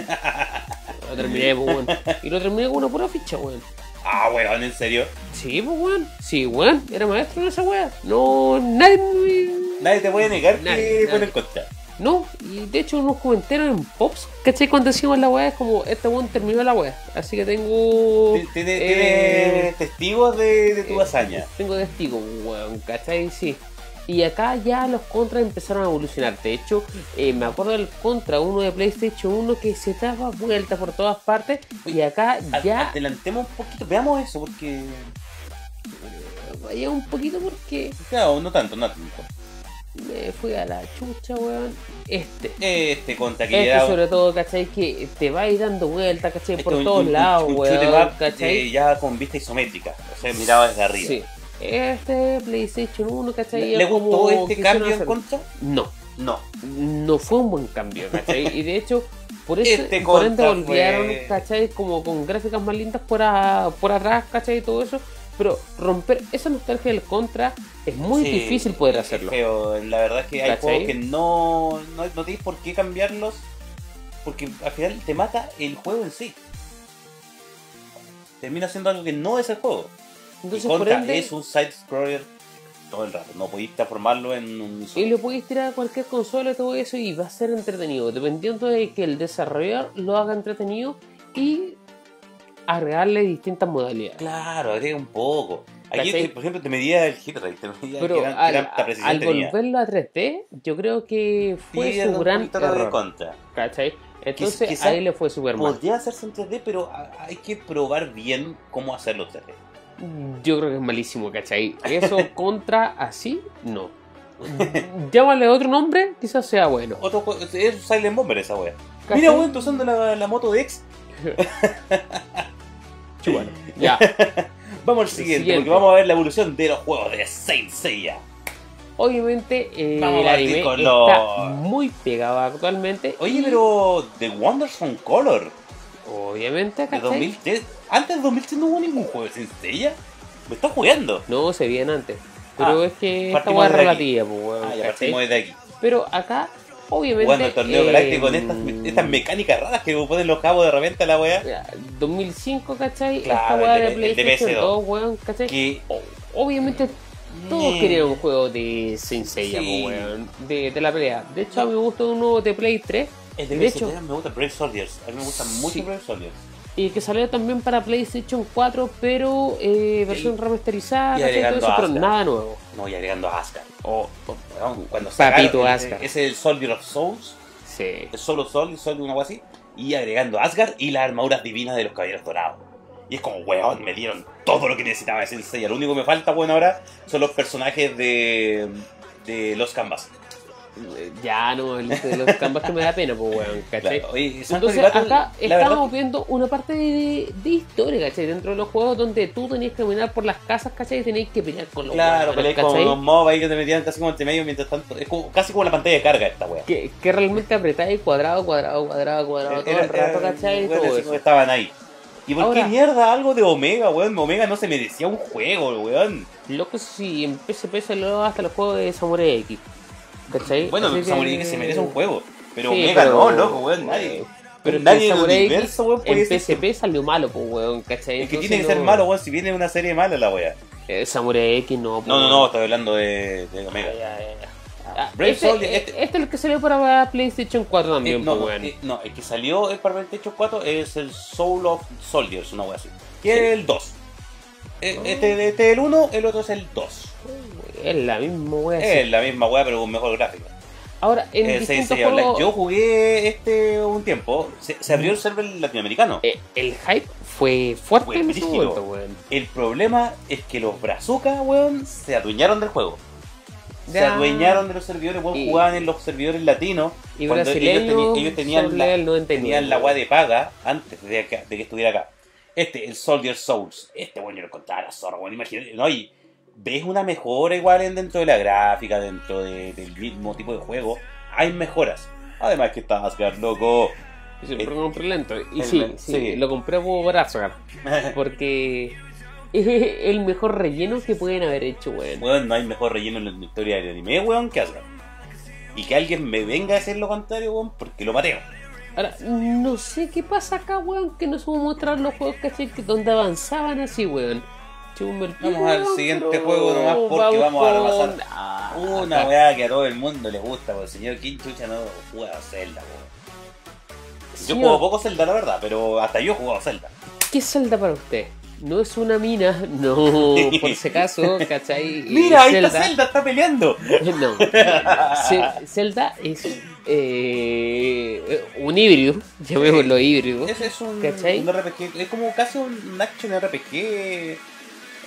Lo terminé, pues weón. Y lo terminé con una pura ficha, weón. Ah, bueno, en serio. Sí, pues weón. Sí, weón. Era maestro en esa weá. No, nadie me- Nadie te puede negar Nadie, que fue en nadie. el contra. No, y de hecho unos comentarios en Pops, ¿cachai? Cuando decimos la weá es como, este weón terminó la weá. Así que tengo... Tiene- Tiene eh, tiene testigos de, de tu eh, hazaña. Tengo testigos, weón, ¿cachai? Sí. Y acá ya los contras empezaron a evolucionar. De hecho, eh, me acuerdo del contra uno de PlayStation 1 que se daba vuelta por todas partes. Y acá Ad- ya Adelantemos un poquito, veamos eso, porque. vaya un poquito porque Claro, no tanto, no tanto. me fui a la chucha, weón. Este. Este contra que Este ya- sobre todo, ¿cachai? Que te va a ir dando vueltas, ¿cachai? este por un- todos un- lados, un shoot 'em weón, up, ¿cachai? eh, ya con vista isométrica, o sea, mirado desde arriba. Sí. Este PlayStation 1, ¿cachai? ¿Le le Es como gustó este quisieron cambio en hacer- contra? No. No. no fue un buen cambio, ¿cachai? Y de hecho, por eso Este por ende contra volvieron, fue- ¿cachai? Como con gráficas más lindas por, a- por atrás, ¿cachai? Y todo eso. Pero romper esa nostalgia del contra es muy Sí, difícil poder es hacerlo. feo. La verdad es que hay ¿Cachai? juegos que no, no, no tienes por qué cambiarlos porque al final te mata el juego en sí. Termina siendo algo que no es el juego. Entonces, y por Contra ende, es un side-scroller todo el rato. No podéis transformarlo en un... y lo puedes tirar a cualquier consola, todo eso, y va a ser entretenido, dependiendo de que el desarrollador lo haga entretenido y agregarle distintas modalidades. Claro, agrega un poco. Aquí, ¿Cachai? por ejemplo, te medía el hit rate, te medía Pero qué gran- qué al, tanta precisión al tenía. volverlo a 3D, yo creo que fue Pierde su un gran poquito la de error. contra. ¿Cachai? Entonces quizá ahí le fue súper mal. Podría hacerse en 3D, pero a- hay que probar bien cómo hacerlo en 3D. Yo creo que es malísimo, ¿cachai? *laughs* Eso contra así, no. *laughs* Llámale otro nombre, quizás sea bueno. Otro jue- es Silent Bomber esa wea. ¿cachai? Mira, weón, está usando la, la moto de ex. *laughs* Chúbalo. Ya. Vamos al El siguiente, siguiente. porque vamos a ver la evolución de los juegos de Saint Seiya. Obviamente eh, Vamos el a partir anime con está los- muy pegado actualmente. Oye, y pero The Wonderful Color Obviamente, de ¿cachai? 2003. Antes de 2003 no hubo ningún juego de Saint Seiya. Me estás jugando. No, se viene antes. Pero Ah, es que esta partimos hueá es desde aquí. relativa, pues, weón, Ah, ya ¿cachai? partimos desde aquí. Pero acá, obviamente. Jugando el torneo eh, galáctico con estas, estas mecánicas raras que ponen los cabos de repente a la wea. Ya, 2005, ¿cachai? Esta Claro, weá el de de- el de PlayStation PS2. 2, weón, ¿cachai? Que O- obviamente todos Mm. querían un juego de Sensei, Sí. weón, de, de la pelea. De hecho, a mí me gusta uno de Play 3 el de, de hecho, hecho- me gusta Brave Soldiers. A mí me gusta mucho Sí. Brave Soldiers. y que salió también para PlayStation 4, pero eh, versión Sí. remasterizada, Y ¿cachai? Todo agregando eso, pero Asgard. nada nuevo. No, y agregando a Asuka. Oh, Weón, Cuando Papito sacaron ese- Asgard. ese es el Soldier of Souls. sí. el solo sol, el sol de una agua así, y agregando Asgard y las armaduras divinas de los caballeros dorados. Y es como, weón, me dieron todo lo que necesitaba de Saint Seiya. Lo único que me falta, bueno, ahora son los personajes de, de los canvas. Ya no me hables *laughs* de los canvas que me da pena, pues, weón, ¿cachai? Claro. Oye, Santos Entonces y Battle, acá la verdad estamos viendo una parte de, de historia, ¿cachai? Dentro de los juegos donde tú tenías que caminar por las casas, ¿cachai? Y tenías que pelear con los Claro, hueones, pero hay como ¿cachai? unos mobs ahí que te metían casi como entre medio mientras tanto. Es como- casi como la pantalla de carga esta weá. que, que realmente apretáis cuadrado, cuadrado, cuadrado, Eh, cuadrado, todo el rato, ¿cachai? Y weón, todo así como eso. estaban ahí. ¿Y por Ahora- qué mierda algo de Omega, weón? Omega no se merecía un juego, weón. Loco, si en PSP salió hasta los juegos de Samurai X. ¿Cachai? Bueno, Así Samurai X se merece un juego, pero Sí, Omega pero- no, loco, weón, nadie. Pero es que nadie en el Samurai X pues, universo, weón, puede En decir que- PSP salió malo, pues, weón, ¿cachai? Es que Entonces tiene que ser no- malo, weón, si viene una serie mala la weá. Eh, Samurai X no, pues, No, no, no, weón. estoy hablando de, de Omega. Ya, ya, ya. Ah, Brave este, Soldier, eh, este- este es el que salió para PlayStation 4 Eh, también, no, pues, no, weón. eh, no, el que salió eh, para el Techo 4 es el Soul of Soldiers, una weá así. Y el 2. Eh, Oh. Este, este es el 1, el otro es el 2. Es la misma wea. Ah, sí. Es la misma weá, pero con mejor gráfico. Ahora, en Eh, Saint distintos Seiya Online. juegos, Yo jugué este un tiempo. Se, se abrió el server latinoamericano. eh, el hype fue fuerte Fue en su brígido. momento, weón. El problema es que los brazucas, weón, se adueñaron del juego. Se Ya. adueñaron de los servidores, weón, Y- jugaban en los servidores latinos. Y cuando brasileños ellos, teni- ellos tenían son la, del 99, tenían la weá de paga antes de, acá- de que estuviera acá. Este, el Soldier Souls. Este, bueno, yo lo encontraba a la zorra, weón, imagínate. No, y ves una mejora igual en- dentro de la gráfica, dentro de- del mismo tipo de juego. Hay mejoras. Además que está Asgard, loco. *laughs* Y se lo compré lento. Y eh, el- sí, el- sí, sí. lo compré por Asgard. Porque *laughs* es el mejor relleno que pueden haber hecho, weón. Weón, no hay mejor relleno en la historia del anime, weón, que Asgard. Y que alguien me venga a decir lo contrario, weón, porque lo mateo. Ahora, no sé qué pasa acá, weón, que no supo mostrar los juegos, ¿cachai? que Donde avanzaban así, weón. Chumbel. Vamos al siguiente juego nomás porque vamos, a repasar Ah, una weá que a todo el mundo le gusta, porque el señor King Chucha no juega Zelda, weón. Yo juego poco Zelda, la verdad, pero hasta yo he jugado Zelda. ¿Qué Zelda para usted? No es una mina, *laughs* no, por si acaso, ¿cachai? Mira, ahí está Zelda, está peleando. *laughs* No, Ce- Zelda es eh, un híbrido, llamémoslo híbrido. Ese es un, ¿Cachai? un RPG, es como casi un action RPG.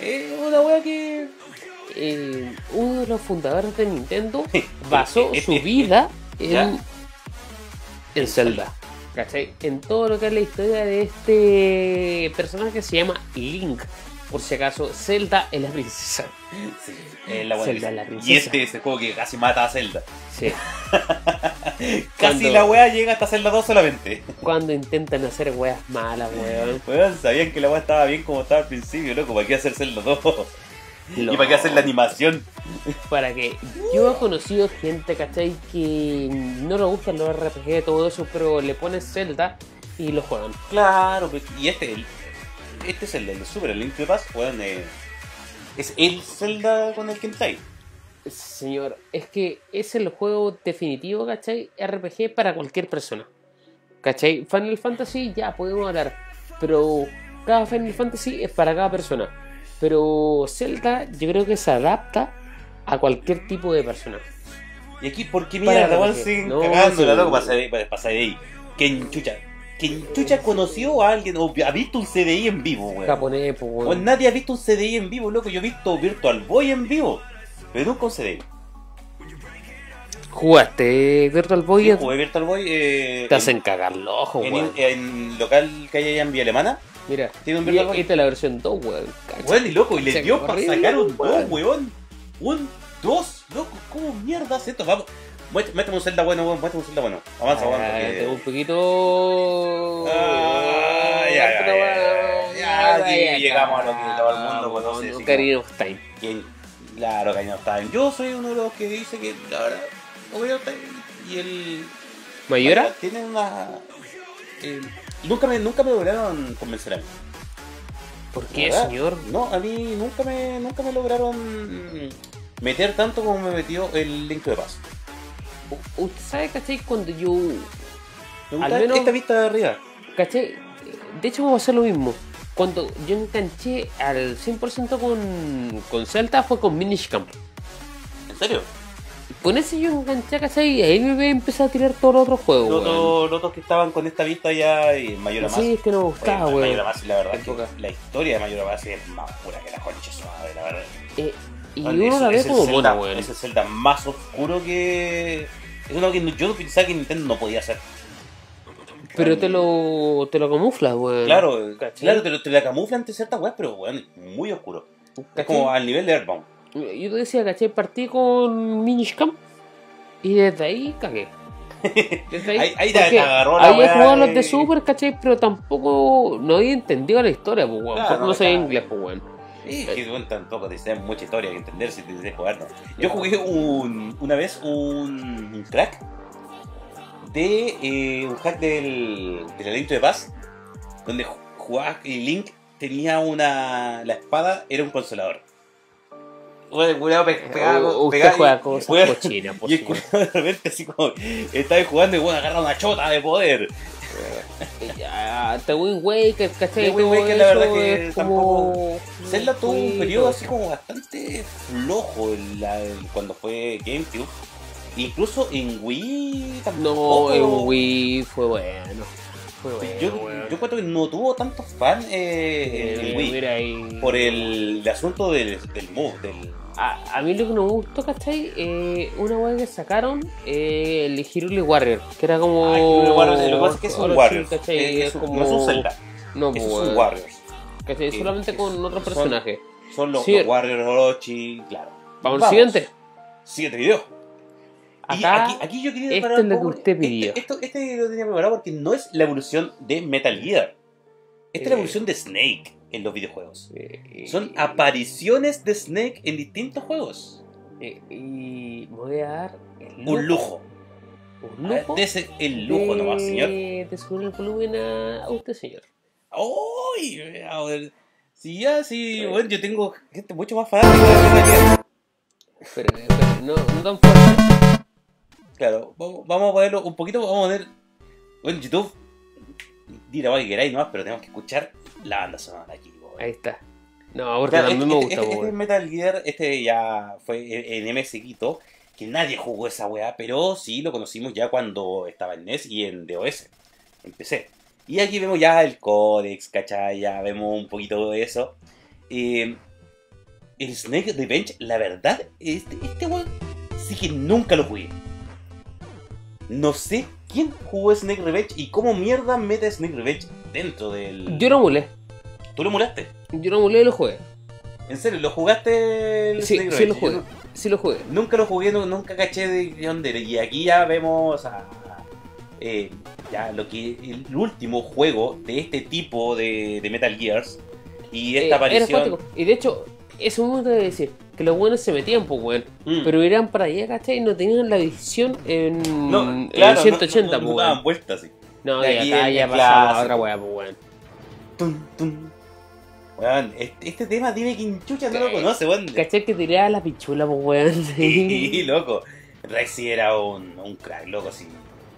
Es una weá que. Eh, uno de los fundadores *laughs* de Nintendo basó su vida en, en Zelda. ¿Cachai? En todo lo que es la historia de este personaje que se llama Link. Por si acaso, Zelda es la princesa. Sí, es la weá Eh, Zelda, que- la y princesa. este es el juego que casi mata a Zelda. Sí. Casi Cuando- la weá llega hasta Zelda 2 solamente. *laughs* Cuando intentan hacer weas malas, weón. Weón, sabían que la weá estaba bien como estaba al principio, loco. ¿Para qué hacer Zelda 2? *laughs* ¿Y para qué hacer la animación? para que yo he conocido gente, ¿cachai? Que no le gustan los RPG y todo eso, pero le ponen Zelda y lo juegan. Claro, pues, y este, el- este es el del Super, el Link to the Past, weón, eh, es el Zelda con el que entráis. Señor, es que es el juego definitivo, ¿cachai? RPG para cualquier persona. ¿Cachai? Final Fantasy, ya podemos hablar. Pero cada Final Fantasy es para cada persona. Pero Zelda yo creo que se adapta a cualquier tipo de persona. Y aquí, ¿por qué Para mierda, weón, RPG. siguen No, cagando la sí. loco? Pasa de, para- pasa de ahí. ¿Quién chucha? ¿Quién chucha conoció a alguien o ha visto un CDI en vivo, weón? Japonés, pues, weón. Weón, nadie ha visto un CDI en vivo, loco. Yo he visto Virtual Boy en vivo, pero nunca un CDI. ¿Jugaste Virtual Boy? Sí, jugué Virtual Boy eh, Te hacen cagar los ojos, en, weón. en- en local que hay allá en Vía Alemana. Mira, Tiene un y- Virtual Boy. esta es la versión 2, weón. Cacha. Weón, y loco, y le Se dio para corrió, sacar un 2, weón. weón. Un 2, loco, ¿cómo mierda hace esto? Vamos, muéstrame un celda bueno, weón, muéstrame un celda bueno. Avanza, avanza. Ah, que- tengo un poquito. Ah, ya, ya, Pero, ya, weón, ya, ya, aquí ya, llegamos a lo ya, que todo el mundo weón, conoce, no, sí, Ocarina of Time. que- Claro, Cañón Time. Yo soy uno de los que dice que, la verdad, Ocarina of Time y el. ¿Mayora? Tienen una. eh, nunca, me, nunca me lograron convencer a mí. ¿Por qué, ¿Verdad? señor? No, a mí nunca me, nunca me lograron meter tanto como me metió el Link de Paz. U- ¿Usted sabe, cachai, cuando yo. Me Al gusta menos- esta vista de arriba. Cachai. De hecho, vamos a hacer lo mismo. Cuando yo enganché al 100% con, con Celta fue con Minish Camp. ¿En serio? Con ese yo enganché, ¿cachai? Y ahí me empecé a tirar todos los otros juegos, Los Oh, weón. otros los otros que estaban con esta vista ya y Mayor Más. Sí, es que no me Oye, Ma- gustaba, weón. Mayor Más, la verdad, Qué poca. que la historia de Mayor Más es más pura que la concha de su madre, la verdad. Eh, y Vale, uno es- la ve es el como Zelda- mona, weón. Es el Zelda más oscuro que. Es uno que no- yo pensaba que Nintendo no podía hacer. Pero te lo, te lo camufla, weón. Claro, ¿Cachai? claro te, lo- te la camuflan ante ciertas weas, pero weón, muy oscuro. Es ¿Cachai? como al nivel de Earthbound. Yo te decía, ¿cachai? Partí con Minish Camp y desde ahí *laughs* cagué. Desde Ahí- ahí te- porque te agarró la había weá jugado de- los de Super, ¿cachai? Pero tampoco no había entendido la historia, pues, weón. Claro, porque no, no sabía claro. inglés, pues, weón. Y que bueno, tampoco te desean mucha historia que entender si te deseas jugar. ¿no? Yo jugué un, una vez un crack de eh, un hack del, del aliento de paz, donde ju- jugabas y Link tenía una. La espada era un consolador. Bueno, cuidado, pe- pegaba- U- Uh, Usted pegaba y- juega cosas pues, weón, cochinas, por Y el favor. culiao de repente así como estaba jugando y bueno, agarra una chota de poder. Ya, The Wind Waker, ¿cachai? The Wind Todo Waker, la verdad eso que es como- Zelda tuvo un Sí, periodo todo. así como bastante flojo en la- en- cuando fue GameCube. Incluso en Wii No, tampoco. en Wii fue bueno. Fue bueno, Yo, weón. yo cuento que no tuvo tantos fans eh, en Eh, el Wii. mira ahí. Por el, el asunto del, del move, del. A, a mí lo que no me gustó, ¿cachai? Eh, una weá que sacaron, eh, el Hiruli Warrior, que era como. Ah, el Warriors, lo que pasa es que es un Ahora sí, Warriors. ¿cachai? Eh, es Es un- como- No es un Zelda, No, eso pues, es un weón, Warriors. ¿cachai? Sí, Solamente es- con otro son- personaje. Son los, Sí. los Warriors Orochi, claro. Vamos al siguiente. Siguiente video. Y Acá. aquí, aquí yo quería esto preparar es lo un que poco- usted este- pidió. esto- este lo tenía preparado porque no es la evolución de Metal Gear. Esta es la Eh. evolución de Snake en los videojuegos. eh, Son eh, apariciones de Snake en distintos juegos. eh, y me voy a dar. el Un lujo. Un lujo. Eh. Este es el lujo nomás, señor. De de subir el volumen a usted, señor. ¡Uy! A ver, Sí, ya, sí, Eh. bueno, yo tengo gente mucho más fanática de la realidad. Espera, espera, no, no tan fuerte. Claro, vamos, vamos a ponerlo un poquito, vamos a poner. Bueno, YouTube, dirá lo que queráis nomás, pero tenemos que escuchar la banda sonora aquí, po, Ahí está. No, porque Claro, también este, me este- gusta, este weón. Metal Gear, este ya fue en MS Quito, que nadie jugó esa weá, pero sí lo conocimos ya cuando estaba en NES y en DOS. Empecé. Y aquí vemos ya el códex, ¿cachai? Ya vemos un poquito de eso. Eh, el Snake Revenge, la verdad, este, este weón sí que nunca lo jugué. No sé quién jugó Snake Revenge y cómo mierda mete Snake Revenge dentro del. Yo lo mulé. ¿Tú lo muraste? Yo lo mulé y lo jugué. ¿En serio? ¿Lo jugaste el Sí, Snake sí lo Rage? jugué. Yo nu- Sí lo jugué. Nunca lo jugué, nu- nunca caché de de dónde era. Y aquí ya vemos a, eh, ya lo que el último juego de este tipo de, de Metal Gears. Y Eh, esta era aparición. acuático. Y de hecho, eso mismo te voy a decir. Que los buenos se metían, pues, weón. Mm. Pero eran para allá, ¿cachai? Y no tenían la visión en, no, en claro, no- 180, no, no, eh, pues, no daban weón. vueltas así. No, de y aquí acá el- ya el pasaba a clásico. otra weá, pues, weón. Tum, tum. Weón, este, este tema dime quién chucha no lo Sí. conoce, weón. ¿Cachai? Que tiraba las pichulas, pues, weón. *laughs* Sí, loco. Rexy era un, un crack, loco, sí.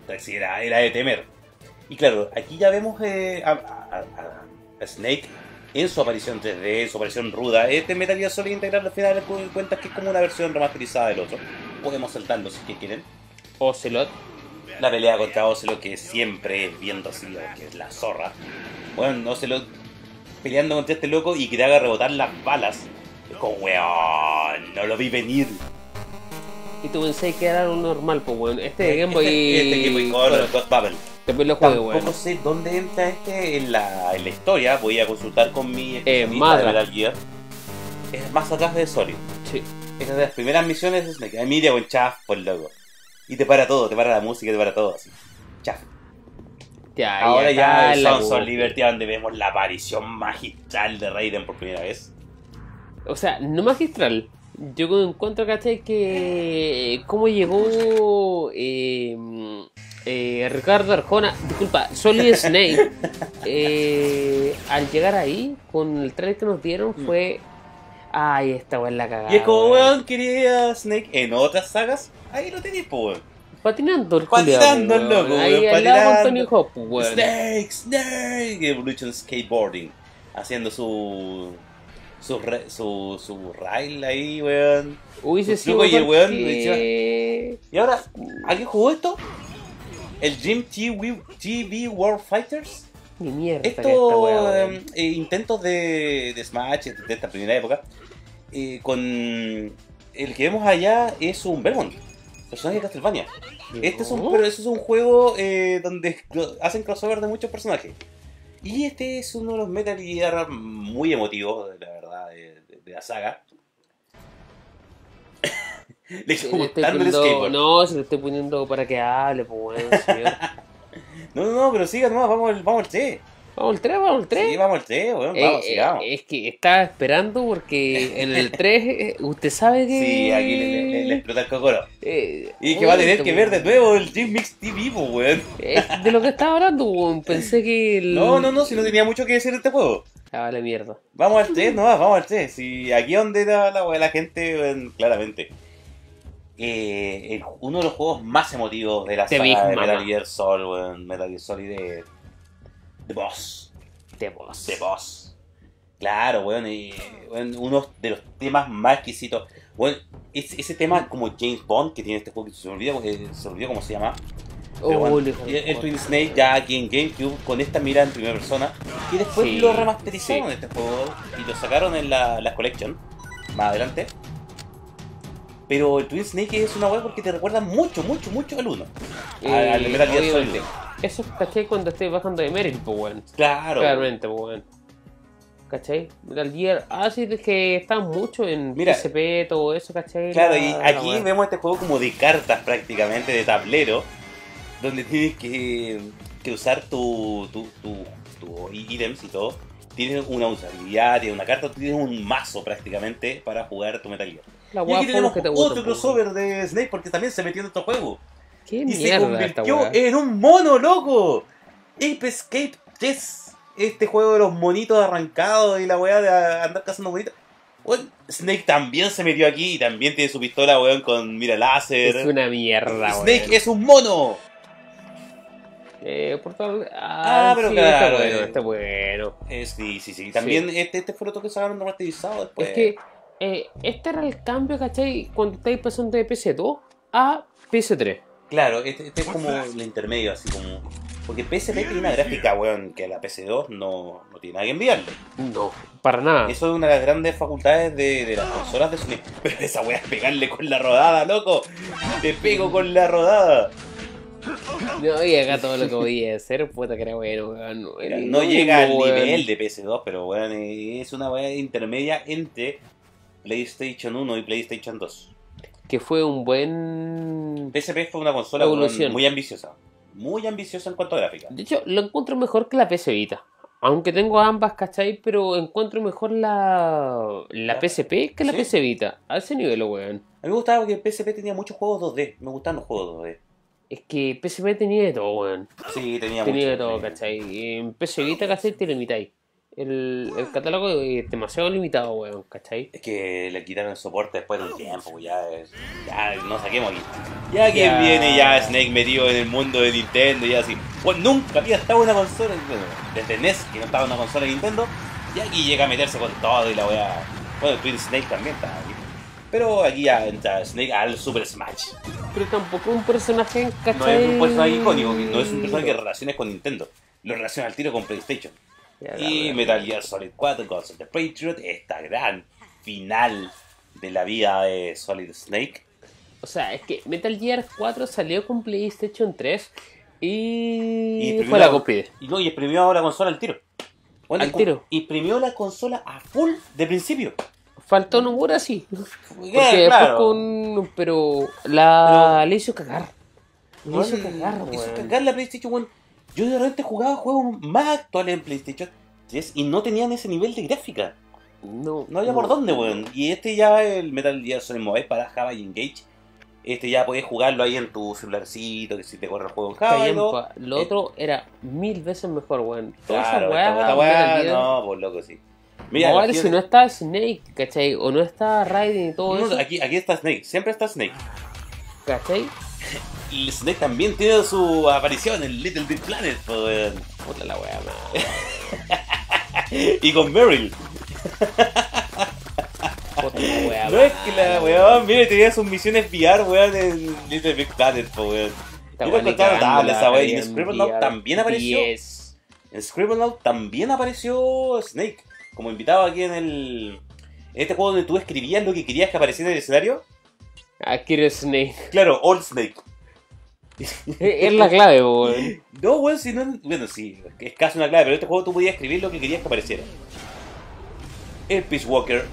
Rexy era, era de temer. Y claro, aquí ya vemos eh, a, a- a- a Snake en su aparición 3D, en su aparición ruda. Este Metal Gear Solid integral al final cu- cuentas que es como una versión remasterizada del otro. Podemos saltarlo si es que quieren. *laughs* Ocelot. La pelea contra Ocelot que siempre es bien torcida, que es la zorra. Bueno, Ocelot peleando contra este loco y que te haga rebotar las balas. Es como, weón, no lo vi venir. Y tú pensé que era un normal, pues, weón. Este de Game Boy. Este, este Game Boy Color, God Bubble. Después lo jugué, Tampoco weón. sé dónde entra este en la, en la historia. Voy a consultar con mi especialista de Eh, Madra. Metal Gear. Es más atrás de Solid. Sí. Es una de las primeras misiones de Snake. Ay, Mira, con Chaf, por loco. Y te para todo, te para la música, te para todo. Así. Chaf. Ya, Ahora ya está el la Sons weá. of Liberty, donde vemos la aparición magistral de Raiden por primera vez. O sea, no magistral. Yo encuentro, ¿cachai? Que. eh, ¿Cómo llegó. eh, eh, Ricardo Arjona. Disculpa, *laughs* Solid Snake. eh, al llegar ahí, con el trailer que nos dieron, fue. Ay, esta weón la cagada. Mm. Y es como, weón. weón, quería Snake en otras sagas. Ahí lo tenéis, po, weón. Patinando el Patinando culiao, el loco, weón. Ahí weón, al lado con Tony patinando. Hawk, weón. Snake, Snake, Evolution Skateboarding, haciendo su su re- su, su rail ahí, weón. Hubiese Pues, sido loco, y el mejor weón que- Y ahora, ¿a quién jugó esto? ¿El Jim TV, TV World Fighters? Ni mierda que esta Estos weá, eh, eh, intentos de, de Smash de esta primera época, eh, con el que vemos allá es un Belmont, personaje de Castlevania. weón. Este es un, No. pero eso es un juego eh, donde cro- hacen crossover de muchos personajes. Y este es uno de los Metal Gear muy emotivos, la verdad, de, de- de la saga. *laughs* Le Se estoy *laughs* le estoy gustando el poniendo- skateboard. No, No, se Este lo estoy poniendo para que hable, *laughs* pues weón, señor. no, no, pero siga nomás, vamos al, vamos al té. Vamos al 3, vamos al 3. Sí, vamos al té, weón, Eh, vamos, eh, sigamos. es que estaba esperando porque en el 3 usted sabe que... Sí, aquí le, le- le- le explota el cocoro. Eh, Y que va a oye, tener este que ver de weón. nuevo el Jim Mix TV, po, weón. Es de lo que estaba *laughs* hablando, weón. Pensé que el... No, no, no, si no tenía mucho que decir de este juego. Ah, vale, mierda. Vamos al 3, no, vamos al 3. Si aquí es donde la, la, la gente, weón, claramente. Eh, el- uno de los juegos más emotivos de la The Big saga de Mama. Metal Gear Solid, weón, Metal Gear Solid de The Boss. De vos. The Boss. Claro, weón, y, weón, uno de los temas más exquisitos. Weón, es- ese tema como James Bond que tiene este juego que se me olvida, porque se me olvidó cómo se llama. Oh, Pero bueno, le dijo, el, el oh, Twin Snake ya aquí en GameCube con esta mirada en primera persona. Y después Sí, lo remasterizaron sí. este juego y lo sacaron en la, la Collection más adelante. Pero el Twin Snake es una web porque te recuerda mucho, mucho, mucho al 1. al- Eh, al Metal Gear Solid. obviamente. Eso es, ¿cachai? Cuando estés bajando de Meryl, pues, weón. Claro. Claramente, pues, weón. ¿Cachai? Metal Gear. Ah, sí, es que está mucho en Mira. PSP, todo eso, ¿cachai? Claro, La- y la aquí weá. vemos este juego como de cartas prácticamente, de tablero, donde tienes que, que usar tu, tu, tu, tu ítems y todo. Tienes una usabilidad, tienes una carta, tienes un mazo prácticamente para jugar tu Metal Gear. La Y weá aquí fue tenemos lo que te otro gustó, pues, crossover de Snake porque también se metió en este juego. ¿Qué Y se mierda esta convirtió weá? en un mono, loco. Ape Escape Chess. este juego de los monitos arrancados y la weá de andar cazando monitos. Weón, Snake también se metió aquí y también tiene su pistola, weón, con mira láser. Es una mierda, weón. Snake es un mono. Eh, por favor. Ah, pero sí, claro, Está bueno, eh. está bueno. Eh, sí, sí, sí. También Este, este fue otro que sacaron remasterizado después. Es que eh, este era el cambio, ¿cachai? Cuando estáis pasando de PS2 a PS3. Claro, este, este es como el intermedio, así como. Porque PSP tiene una gráfica, weón, que a la PS2 no, no tiene nada que enviarle. No, para nada. Eso es una de las grandes facultades de, de las consolas de Sony. *laughs* Pero esa weá es pegarle con la rodada, loco. Te pego con la rodada. No, y acá todo lo que podía hacer, puta que era bueno, weón. Mira, Era no llega al weón. nivel de PS2, pero weón, eh, es una weá intermedia entre PlayStation 1 y PlayStation 2. Que fue un buen. PSP fue una consola weón, Evolución. muy ambiciosa. Muy ambiciosa en cuanto a gráfica. De hecho, lo encuentro mejor que la PS Vita. Aunque tengo ambas, ¿cachai? Pero encuentro mejor la. La PSP que la Sí. PS Vita. A ese nivel, weón. A mí me gustaba porque PSP tenía muchos juegos 2D. Me gustaban los juegos 2D. Es que PSP tenía de todo, weón. Sí, tenía, Tenía de mucho. todo, ¿cachai? En PS Vita, ¿cachai? Te limitáis. El, el catálogo es demasiado limitado, weón, ¿cachai? Es que le quitaron el soporte después de un tiempo, pues ya, es- ya no saquemos aquí. Ya que Ya. viene ya Snake metido en el mundo de Nintendo, ya así. Bueno, nunca había estado en una consola, bueno, desde NES que no estaba en una consola de Nintendo, y aquí llega a meterse con todo y la voy a... Bueno, Twin Snake también está aquí. Pero aquí ya entra Snake al Super Smash. Pero tampoco un personaje, No ¿cachai? es un personaje icónico, no es un personaje que relaciones con Nintendo. Lo relaciona al tiro con PlayStation. Ya, la Y weón. Metal Gear Solid 4 con The Patriot, esta gran final de la vida de Solid Snake. O sea, es que Metal Gear 4 salió con PlayStation 3 y, primero- fue la copia. Y, no, y exprimió la consola al tiro. Bueno, Al co- tiro. Imprimió la consola a full de principio. Faltó *laughs* Nomura, sí. Porque Eh, después con... Pero la le hizo cagar. Le hizo Bueno, cagar, weón. hizo cagar la PlayStation bueno, Yo de repente jugaba juegos más actuales en PlayStation 3 y no tenían ese nivel de gráfica. No, No había por dónde, weón. Y este ya, el Metal Gear Solid Mobile para Java y Engage. Este ya podés jugarlo ahí en tu celularcito, que si te corre el juego en Java. y Callan, todo. pa. Lo Eh. otro era mil veces mejor, weón. Toda Claro, esa esta- weá. esta Metal weá, Gear- no, por loco, sí. Mira, Mira, aquí, si no está Snake, ¿cachai? O no está Raiden y todo no, eso, aquí, aquí está Snake, siempre está Snake. ¿cachai? Y Snake también tiene su aparición en Little Big Planet, po, weón. Puta la weá, *laughs* man. Y con Meryl. Puta la weá, No es man. que la weón, mire, tenía sus misiones VR, weón, en Little Big Planet, po, weón. Esta yo weá me ni contaba cagando tabla la esa weá, y harían en Scribblenauts VR. también apareció. 10. En Scribblenauts también apareció Snake, como invitado aquí en el. En este juego donde tú escribías lo que querías que apareciera en el escenario. Aquí eres Ah, Snake. *laughs* Claro, Old Snake. es la clave, weón. No, weón, si no. Bueno, sí, es casi una clave, pero este juego tú podías escribir lo que querías que apareciera. El Peace Walker,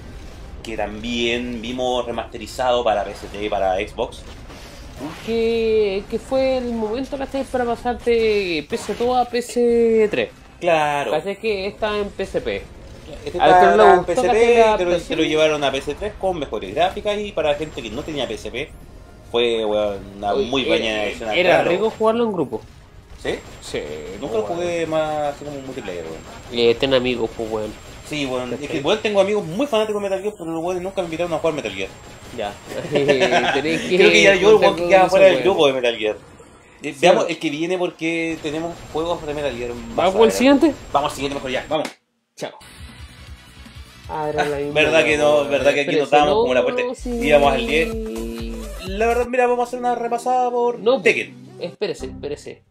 que también vimos remasterizado para PST y para Xbox. Que, que fue el momento, ¿cachai? Para pasarte PC2 a PC3. Claro. Cachai que está en PCP. Este al que no le para gustó, PSP, casi la te lo, te lo PSP. llevaron a PS3 con mejores gráficas y para gente que no tenía PSP fue weón, una Uy, muy era- buena edición. eh, Era, claro. rico jugarlo en grupo. ¿Sí? Sí. Nunca lo jugué más así como multiplayer, weón. Eh, ten amigos, *laughs* pues, weón. *laughs* Sí, weón. Es que Perfecto. weón, tengo amigos muy fanáticos de Metal Gear, pero los weones nunca me invitaron a jugar Metal Gear. Ya. Tenés que Creo que ya yo el juntar weón que con queda esos fuera del weones. grupo de Metal Gear. Eh, Veamos Sí. el que viene porque tenemos juegos de Metal Gear. más ¿Vamos al adelante. siguiente? Vamos al siguiente mejor ya, vamos. Chao. Ah, *laughs* era la misma verdad que no, weón. verdad que aquí Pero no estábamos ese como la no, puerta. sí. Íbamos al 10. La verdad, mira, vamos a hacer una repasada por No, Tekken. espérese, espérese.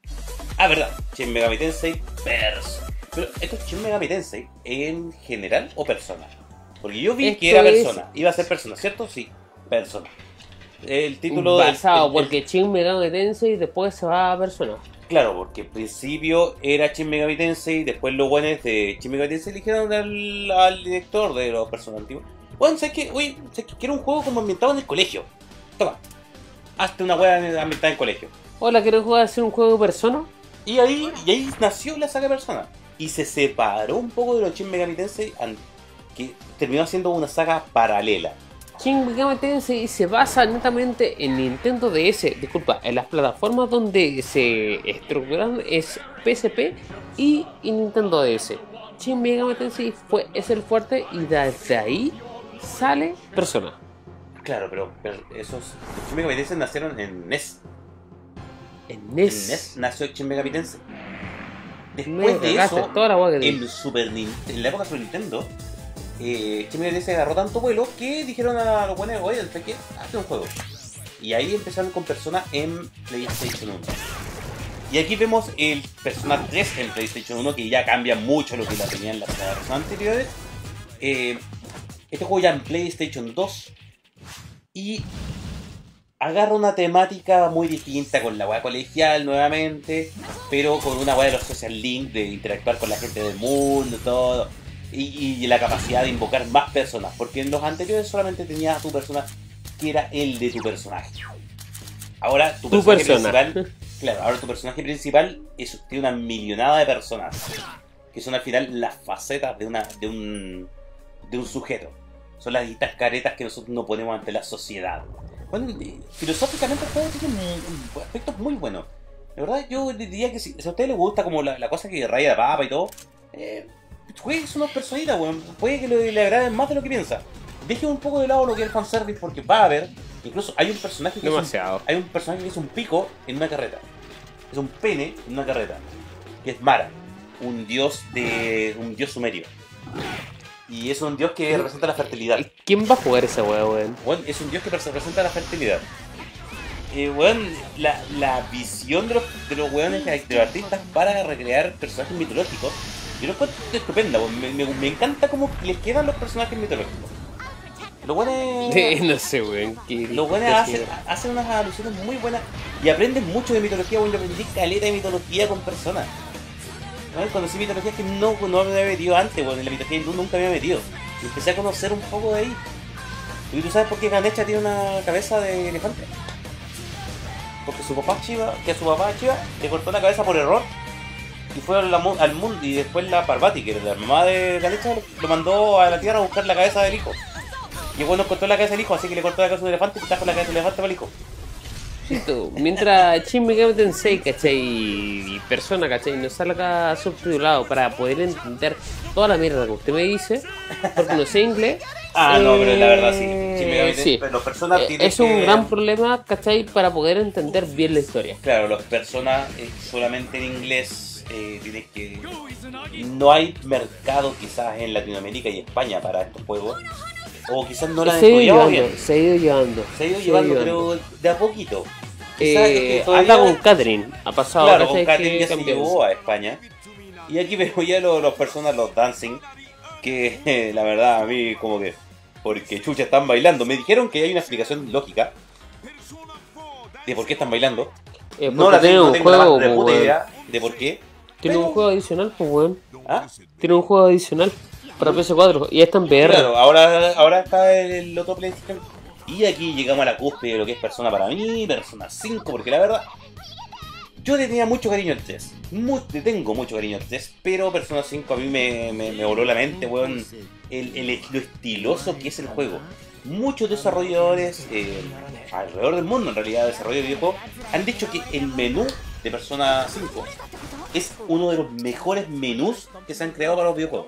Ah, verdad. Shin Megami Tensei Pers. Pero esto es Shin Megami Tensei en general o persona. Porque yo vi que Esto era es- persona. Iba a ser persona, ¿cierto? Sí, persona. El título del- basado el- el- porque Shin Megami Tensei y después se va a Persona. Claro, porque al principio era Shin Megami Tensei, después los buenos de Shin Megami Tensei eligieron al, al director de los personajes antiguos. Bueno, ¿sabes qué? Oye, ¿sabes qué? Quiero un juego como ambientado en el colegio. Toma, hazte una hueá ambientada en el colegio. Hola, quiero jugar a hacer un juego de Persona. Y ahí, y ahí nació la saga Persona. Y se separó un poco de los Shin Megami Tensei, an- que terminó siendo una saga paralela. Shin Megami Tensei se basa netamente en Nintendo DS, disculpa, en las plataformas donde se estructuran es PSP y, y Nintendo DS. Shin Megami Tensei fue, es el fuerte y desde ahí sale Persona. Claro, pero, pero esos. los Shin Megami Tensei nacieron en NES. En E En E NES. NES nació Shin Megami Tensei. Me Después de cagaste eso, toda la hueá que te- el Super Nin- en la época de Super Nintendo, eh, Shin Megami Tensei agarró tanto vuelo que dijeron a los buenos, oye, ¿sabes qué? Hazte un juego. Y ahí empezaron con Persona en PlayStation 1. Y aquí vemos el Persona 3 en PlayStation 1, que ya cambia mucho lo que la tenía en las generaciones anteriores. Eh, este juego ya en PlayStation 2. Y agarra una temática muy distinta con la weá colegial nuevamente, pero con una weá de los social link, de interactuar con la gente del mundo, todo. Y, y la capacidad de invocar más personas, porque en los anteriores solamente tenías a tu persona que era el de tu personaje. Ahora tu, Tu personaje persona. principal, claro, ahora tu personaje principal es, tiene una millonada de personas, que son al final las facetas de una de un de un sujeto. Son las distintas caretas que nosotros no ponemos ante la sociedad. Bueno, eh, filosóficamente el juego tiene mm, mm, aspectos muy buenos. La verdad, yo diría que si, si a ustedes les gusta como la, la cosa que raya la papa y todo, eh, jueguen unas personitas, weón. Puede que le, le agraden más de lo que piensa. Dejen un poco de lado lo que es el fanservice porque va a haber, incluso hay un personaje que es un *laughs* Demasiado. hay un personaje que es un pico en una carreta. Es un pene en una carreta. Que es Mara, un dios de. un dios sumerio. Y es un dios que representa la fertilidad. ¿Quién va a jugar esa weá, weón? Weón, es un dios que representa la fertilidad. Eh, weón, la, la visión de los, de los weones, de los artistas para recrear personajes mitológicos, yo lo encuentro estupenda, weón. me, me- me encanta cómo les quedan los personajes mitológicos. Los weones. no sé, weón. qué- Los buenos qué hacen, gira. hacen unas alusiones muy buenas y aprendes mucho de mitología. Bueno, yo aprendí caleta de mitología con personas. ¿No? Conocí mitologías que no, no me había metido antes, bueno, en la mitología hindú nunca me había metido. Y empecé a conocer un poco de ahí. ¿Y tú sabes por qué Ganesha tiene una cabeza de elefante? Porque su papá Chiva, que a su papá Chiva le cortó la cabeza por error y fue al, mu- al mundo y después la Parvati, que era la mamá de Ganesha, lo, lo mandó a la tierra a buscar la cabeza del hijo. Y bueno, cortó la cabeza del hijo, así que le cortó la cabeza de un elefante y trajo la cabeza del elefante para el hijo. Chito, Mientras Shin Megami Tensei, ¿cachai? Y Persona, ¿cachai? No salga subtitulado para poder entender toda la mierda que usted me dice, porque no sé inglés. Ah, no, pero la verdad sí. eh, Sí, mira, sí. pero Los personas Eh, tienen Es un que- gran problema, ¿cachai? Para poder entender bien la historia. Claro, los personas eh, solamente en inglés eh, tienes que. No hay mercado quizás en Latinoamérica y España para estos juegos. O quizás no la han se ha ido estudiado llevando, bien. se ha ido llevando. Se ha ido se ha llevando, llevando. pero de a poquito. Quizás es que Eh, todavía- anda con Catherine, ha pasado Claro, con ¿cachai? Katy que ya se cambió. llevó a España. Y aquí veo ya los, los personas, los dancing, que *laughs* eh, la verdad a mí como que... Porque chucha están bailando. Me dijeron que hay una explicación lógica de por qué están bailando. Eh, no la tengo, no un tengo la juego, más de pues, puta weón. idea de por qué. Tiene un pero- juego adicional, pues weón. ¿Ah? Tiene un juego adicional para PS4 y está en VR. Claro, ahora, ahora está el, el otro PlayStation. Y aquí llegamos a la cúspide de lo que es Persona para mí, Persona 5, porque la verdad, yo le tenía mucho cariño al 3. mu- le tengo mucho cariño al 3, pero Persona 5 a mí me, me- me voló la mente, weón. El, el- lo estiloso que es el juego. Muchos desarrolladores eh, alrededor del mundo, en realidad, desarrollo de videojuegos, han dicho que el menú de Persona 5 es uno de los mejores menús que se han creado para los videojuegos.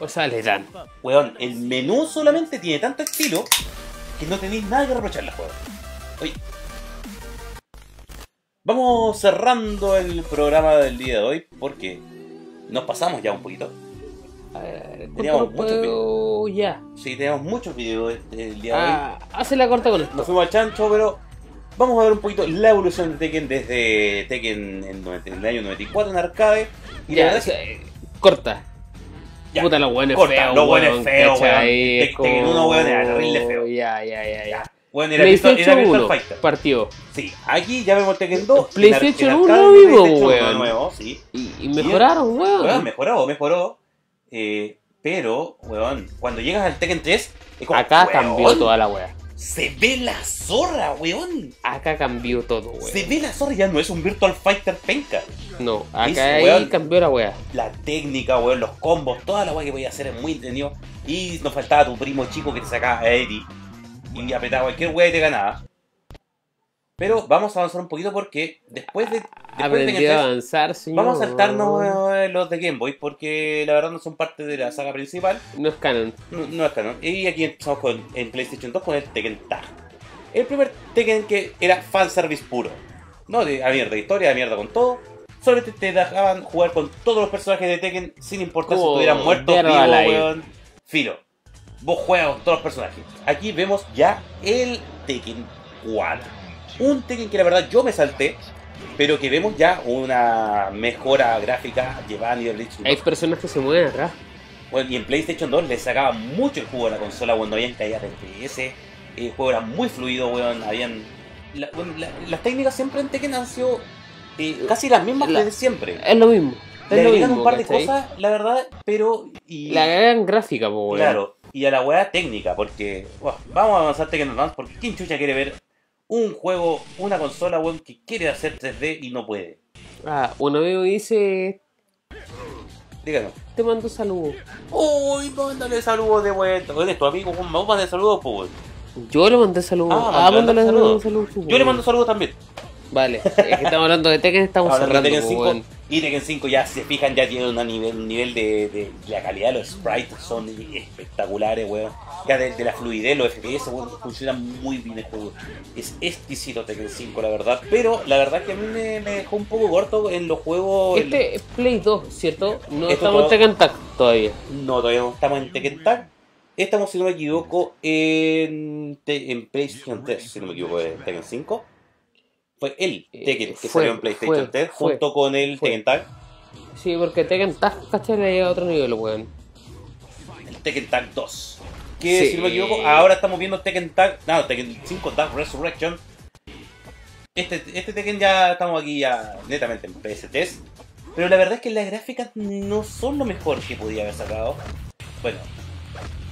O sea, le dan. Weón, el menú solamente tiene tanto estilo que no tenéis nada que reprochar la juego. Oye. Vamos cerrando el programa del día de hoy porque nos pasamos ya un poquito. Teníamos Otro muchos videos. juego ya. Sí, tenemos muchos videos del día de hoy. Ah, hace la corta con Nos esto. fuimos al chancho, pero vamos a ver un poquito la evolución de Tekken desde Tekken en, noventa- en el año 94 en arcade. Y la Ya, verdad o es que- sea, corta. Ya. Puta, los buenos Corta, feos. los buenos feos, ¿cachai? weón. Es Tek- Tekken uno, weón, era terrible feo. Ya, ya, ya, ya. Bueno, era Virtual, era PlayStation Virtual 1 Fighter. partió. Sí, aquí ya vemos Tekken 2. en ar- en PlayStation arcade, 1 vivo, PlayStation 1 de weón. nuevo, sí. Y, y mejoraron, Weón, weón. mejoró, mejoró. Eh, pero, weón, cuando llegas al Tekken 3, es como, Acá weón, cambió toda la weá. Se ve la zorra, weón. Acá cambió todo, Se weón. ve la zorra, ya no es un Virtual Fighter penca. No, Dice, acá ahí weón. cambió la weá. La técnica, weón, los combos, toda la weá que voy a hacer es muy entendido. Y nos faltaba tu primo chico que te sacaba a Eddie y apretaba cualquier wea y te ganaba. Pero vamos a avanzar un poquito porque después de. Después de Aprendí que a entres- avanzar, señor. Vamos a saltarnos eh, los de Game Boy porque la verdad no son parte de la saga principal. No es canon. No, no es canon. Y aquí empezamos con, en PlayStation 2 con el Tekken Tag. El primer Tekken que era fanservice puro. No de a mierda de historia, a mierda con todo. Solamente te dejaban jugar con todos los personajes de Tekken sin importar si Como estuvieran muertos, Dead or vivos, Alive. weón. Filo. Vos juegas con todos los personajes. Aquí vemos ya el Tekken 4. Un Tekken que la verdad yo me salté, pero que vemos ya una mejora gráfica llevada a nivel PlayStation Hay personas que se mueven atrás. bueno, y en PlayStation 2 le sacaba mucho el juego a la consola cuando habían caídas de FPS. El juego era muy fluido, weón. Habían. la- bueno, la- las técnicas siempre en Tekken han sido eh, casi las mismas La- que de siempre. Es lo mismo. Le Es lo agregan mismo. un par de ¿cachai? cosas, la verdad, pero. Y, La gran gráfica, po, weón. Claro, y a la weá técnica, porque. buah, vamos a avanzar Tekken Advance, porque ¿quién chucha quiere ver un juego, una consola, weón, que quiere hacer 3D y no puede? Ah, un amigo dice: Díganos. Te mando saludos. Uy, mándale saludos de vuelta. Weón, es tu amigo, weón, vamos a mandar saludos, pues, weón. Yo le mandé saludos. Ah, Ah, mandó mándale saludos. saludos. saludos, po, Yo le weón. mando saludos también. Vale, es que estamos hablando de Tekken, estamos Hablando de cerrando. Tekken 5 po, weón. y Tekken 5 ya si se fijan ya tiene un nivel, un nivel de, de- la calidad de los sprites son espectaculares weón ya de, de la fluidez los FPS weón funciona muy bien el juego es exquisito Tekken 5 la verdad pero la verdad que a mí me, me dejó un poco corto en los juegos en Este es Play 2, ¿cierto? No Esto estamos todo- en Tekken Tag todavía. No, todavía no estamos en Tekken Tag. Estamos, si no me equivoco, en, te- en PlayStation 3, si no me equiloco, de Tekken 5. Fue el Eh, Tekken que fue, salió en PlayStation fue, 3 fue, junto con el fue. Tekken Tag. Sí, porque Tekken Tag, ¿cachai? Le llega a otro nivel, weón. El Tekken Tag 2. Que Sí. si no me equivoco, ahora estamos viendo Tekken Tag. No, Tekken 5 Tag Resurrection. Este, este Tekken ya estamos aquí ya netamente en PSTs. Pero la verdad es que las gráficas no son lo mejor que podía haber sacado. Bueno,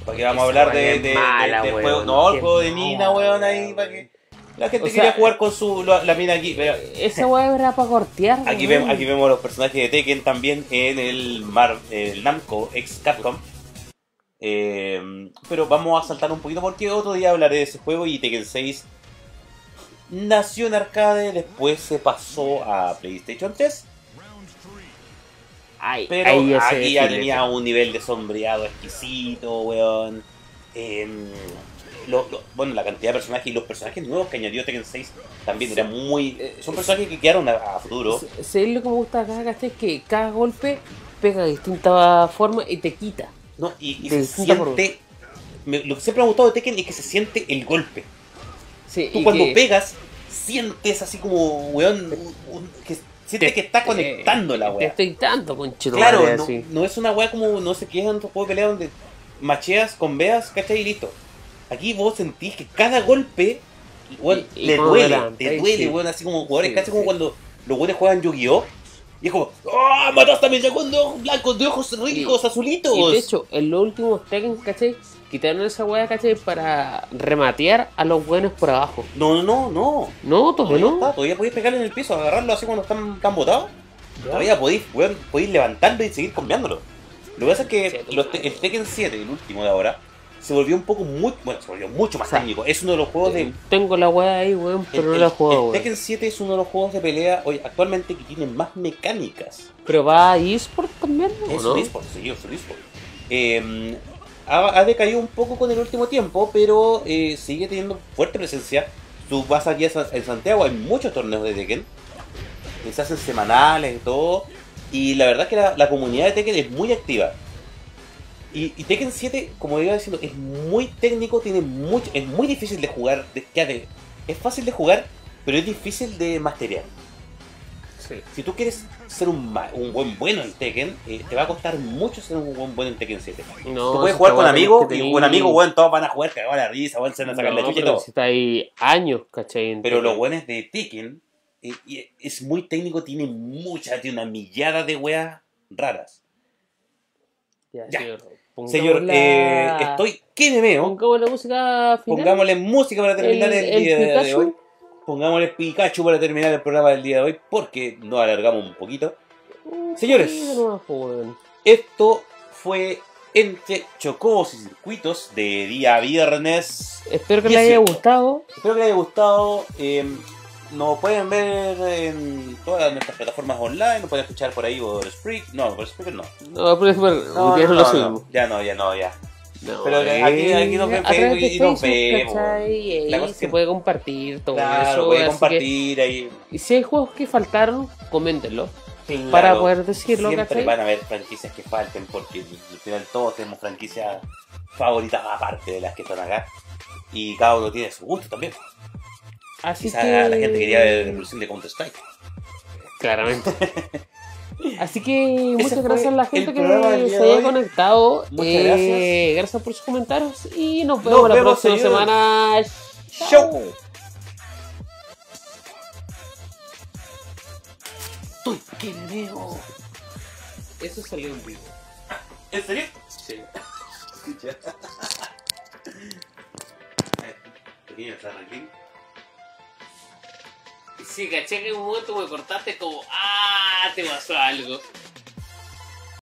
para que vamos a Esa hablar de, weá de, es de- mala, del weón, juego. No, el qué juego de mala, Nina, weón, ahí weón. para que. La gente O quería sea- jugar con su la, la mina aquí. pero Esa weá era para cortear. Aquí weón. vemos, aquí vemos los personajes de Tekken también en el, Mar, el Namco ex Capcom. Eh, pero vamos a saltar un poquito porque otro día hablaré de ese juego y Tekken 6 nació en arcade, después se pasó a PlayStation 3. Ay, Pero ahí ya se aquí ya define. tenía un nivel de sombreado exquisito, weón. Em, lo- lo- bueno, la cantidad de personajes y los personajes nuevos que añadió Tekken 6 también eran muy... eh, Son personajes que quedaron a, a futuro. Se- se- lo que me gusta acá, ¿cachai? Es que cada golpe pega de distinta forma y te quita. No, y, y se Del puta por- siente. me- lo que siempre me ha gustado de Tekken es que se siente el golpe. Sí, Tú y cuando que- pegas, sientes así como, weón, un- un- que sientes te- que está te- conectando la Te weá. estoy dando, conchito. Claro, no, no es una weá como, no sé qué es en otro juego de pelea donde macheas con veas, ¿cachai? Y listo. Aquí vos sentís que cada golpe, weón, Y- y le como duele, adelante, te ahí duele, sí. weón, así como jugadores, Sí, casi como sí. cuando los weones juegan Yu-Gi-Oh! Y es como, ¡ah! mataste a mi segundo blanco de ojos ricos, azulitos. Y de hecho, en los últimos Tekken, ¿cachai? Quitaron esa weá, ¿cachai? Para rematear a los buenos por abajo. No, no, no, no. No, todavía Todavía está, no. todavía podéis pegarle en el piso, agarrarlo así cuando están, están botados. Todavía podéis, weón, podéis levantarlo y seguir cambiándolo. Lo que pasa es que Sí, los te- el Tekken 7, el último de ahora, se volvió un poco muy. Bueno, se volvió mucho más O sea, técnico. Es uno de los juegos de. Tengo la weá ahí, weón, pero el- no el- la he jugado, el weón. Tekken 7 es uno de los juegos de pelea hoy actualmente que tienen más mecánicas. ¿Pero va a eSport también? ¿o Es no? un eSport, sí, es un eSport. Eh, ha, ha decaído un poco con el último tiempo, pero eh, sigue teniendo fuerte presencia. Tú vas aquí a San- en Santiago, hay muchos torneos de Tekken. que Se hacen semanales y todo. Y la verdad es que la, la comunidad de Tekken es muy activa. Y, y Tekken 7, como iba diciendo, es muy técnico, tiene mucho, es muy difícil de jugar. de- ya de- es fácil de jugar, pero es difícil de masterear Sí. si tú quieres ser un, ma- un buen bueno en Tekken, eh, te va a costar mucho ser un buen bueno en Tekken 7. No, tú puedes si jugar con esta weá tenés amigos que y tener- con amigos, weón, todos van a jugar, cagados a la risa, weón, se van a sacar la No, chucha y pero todo. si está ahí años, ¿cachai? En Pero los Tekken. buenos de Tekken eh, y- es muy técnico, tiene mucha, tiene una millada de weas raras. Ya, Ya. señor. Señor, pongámosla- eh, estoy que me veo. Pongamos la música final. Pongámosle música para terminar el, día de- de hoy. Pikachu. Pongámosle Pikachu para terminar el programa del día de hoy, porque nos alargamos un poquito. Mm, Señores. sí, de nuevo, weón. Esto fue entre chocobos y circuitos de día a viernes. Espero que Y les es haya cierto. gustado. Espero que les haya gustado. eh, nos pueden ver en todas nuestras plataformas online, nos pueden escuchar por ahí por Spreak. No, por Spreak no. No, pero es bueno, ya no, lo subimos. Ya no, ya no, ya. No, Pero aquí- aquí nos ven eh, a través Facebook de y nos Facebook, vemos. ¿cachai? Y La ahí cosa es se que- puede compartir todo Claro, eso. pueden así que- compartir ahí. y si hay juegos que faltaron, coméntenlo. para Claro, poder decirlo, Siempre ¿cachai? van a haber franquicias que falten porque al final todos tenemos franquicias favoritas aparte de las que están acá. Y cada uno tiene su gusto también. Así Quizá que... la gente quería ver la evolución de Counter-Strike. Claramente. *laughs* Así que Ese muchas fue gracias a la el gente programa del que se día de haya hoy. conectado. Muchas Eh, gracias. por sus comentarios y nos Nos vemos la vemos, próxima señores. semana. ¡Show! Uy, qué leo. Eso salió en vivo. ¿En serio? Sí. Ya. Pequeño Charlie. Sí, caché que en un momento me cortaste como, ah, te pasó algo.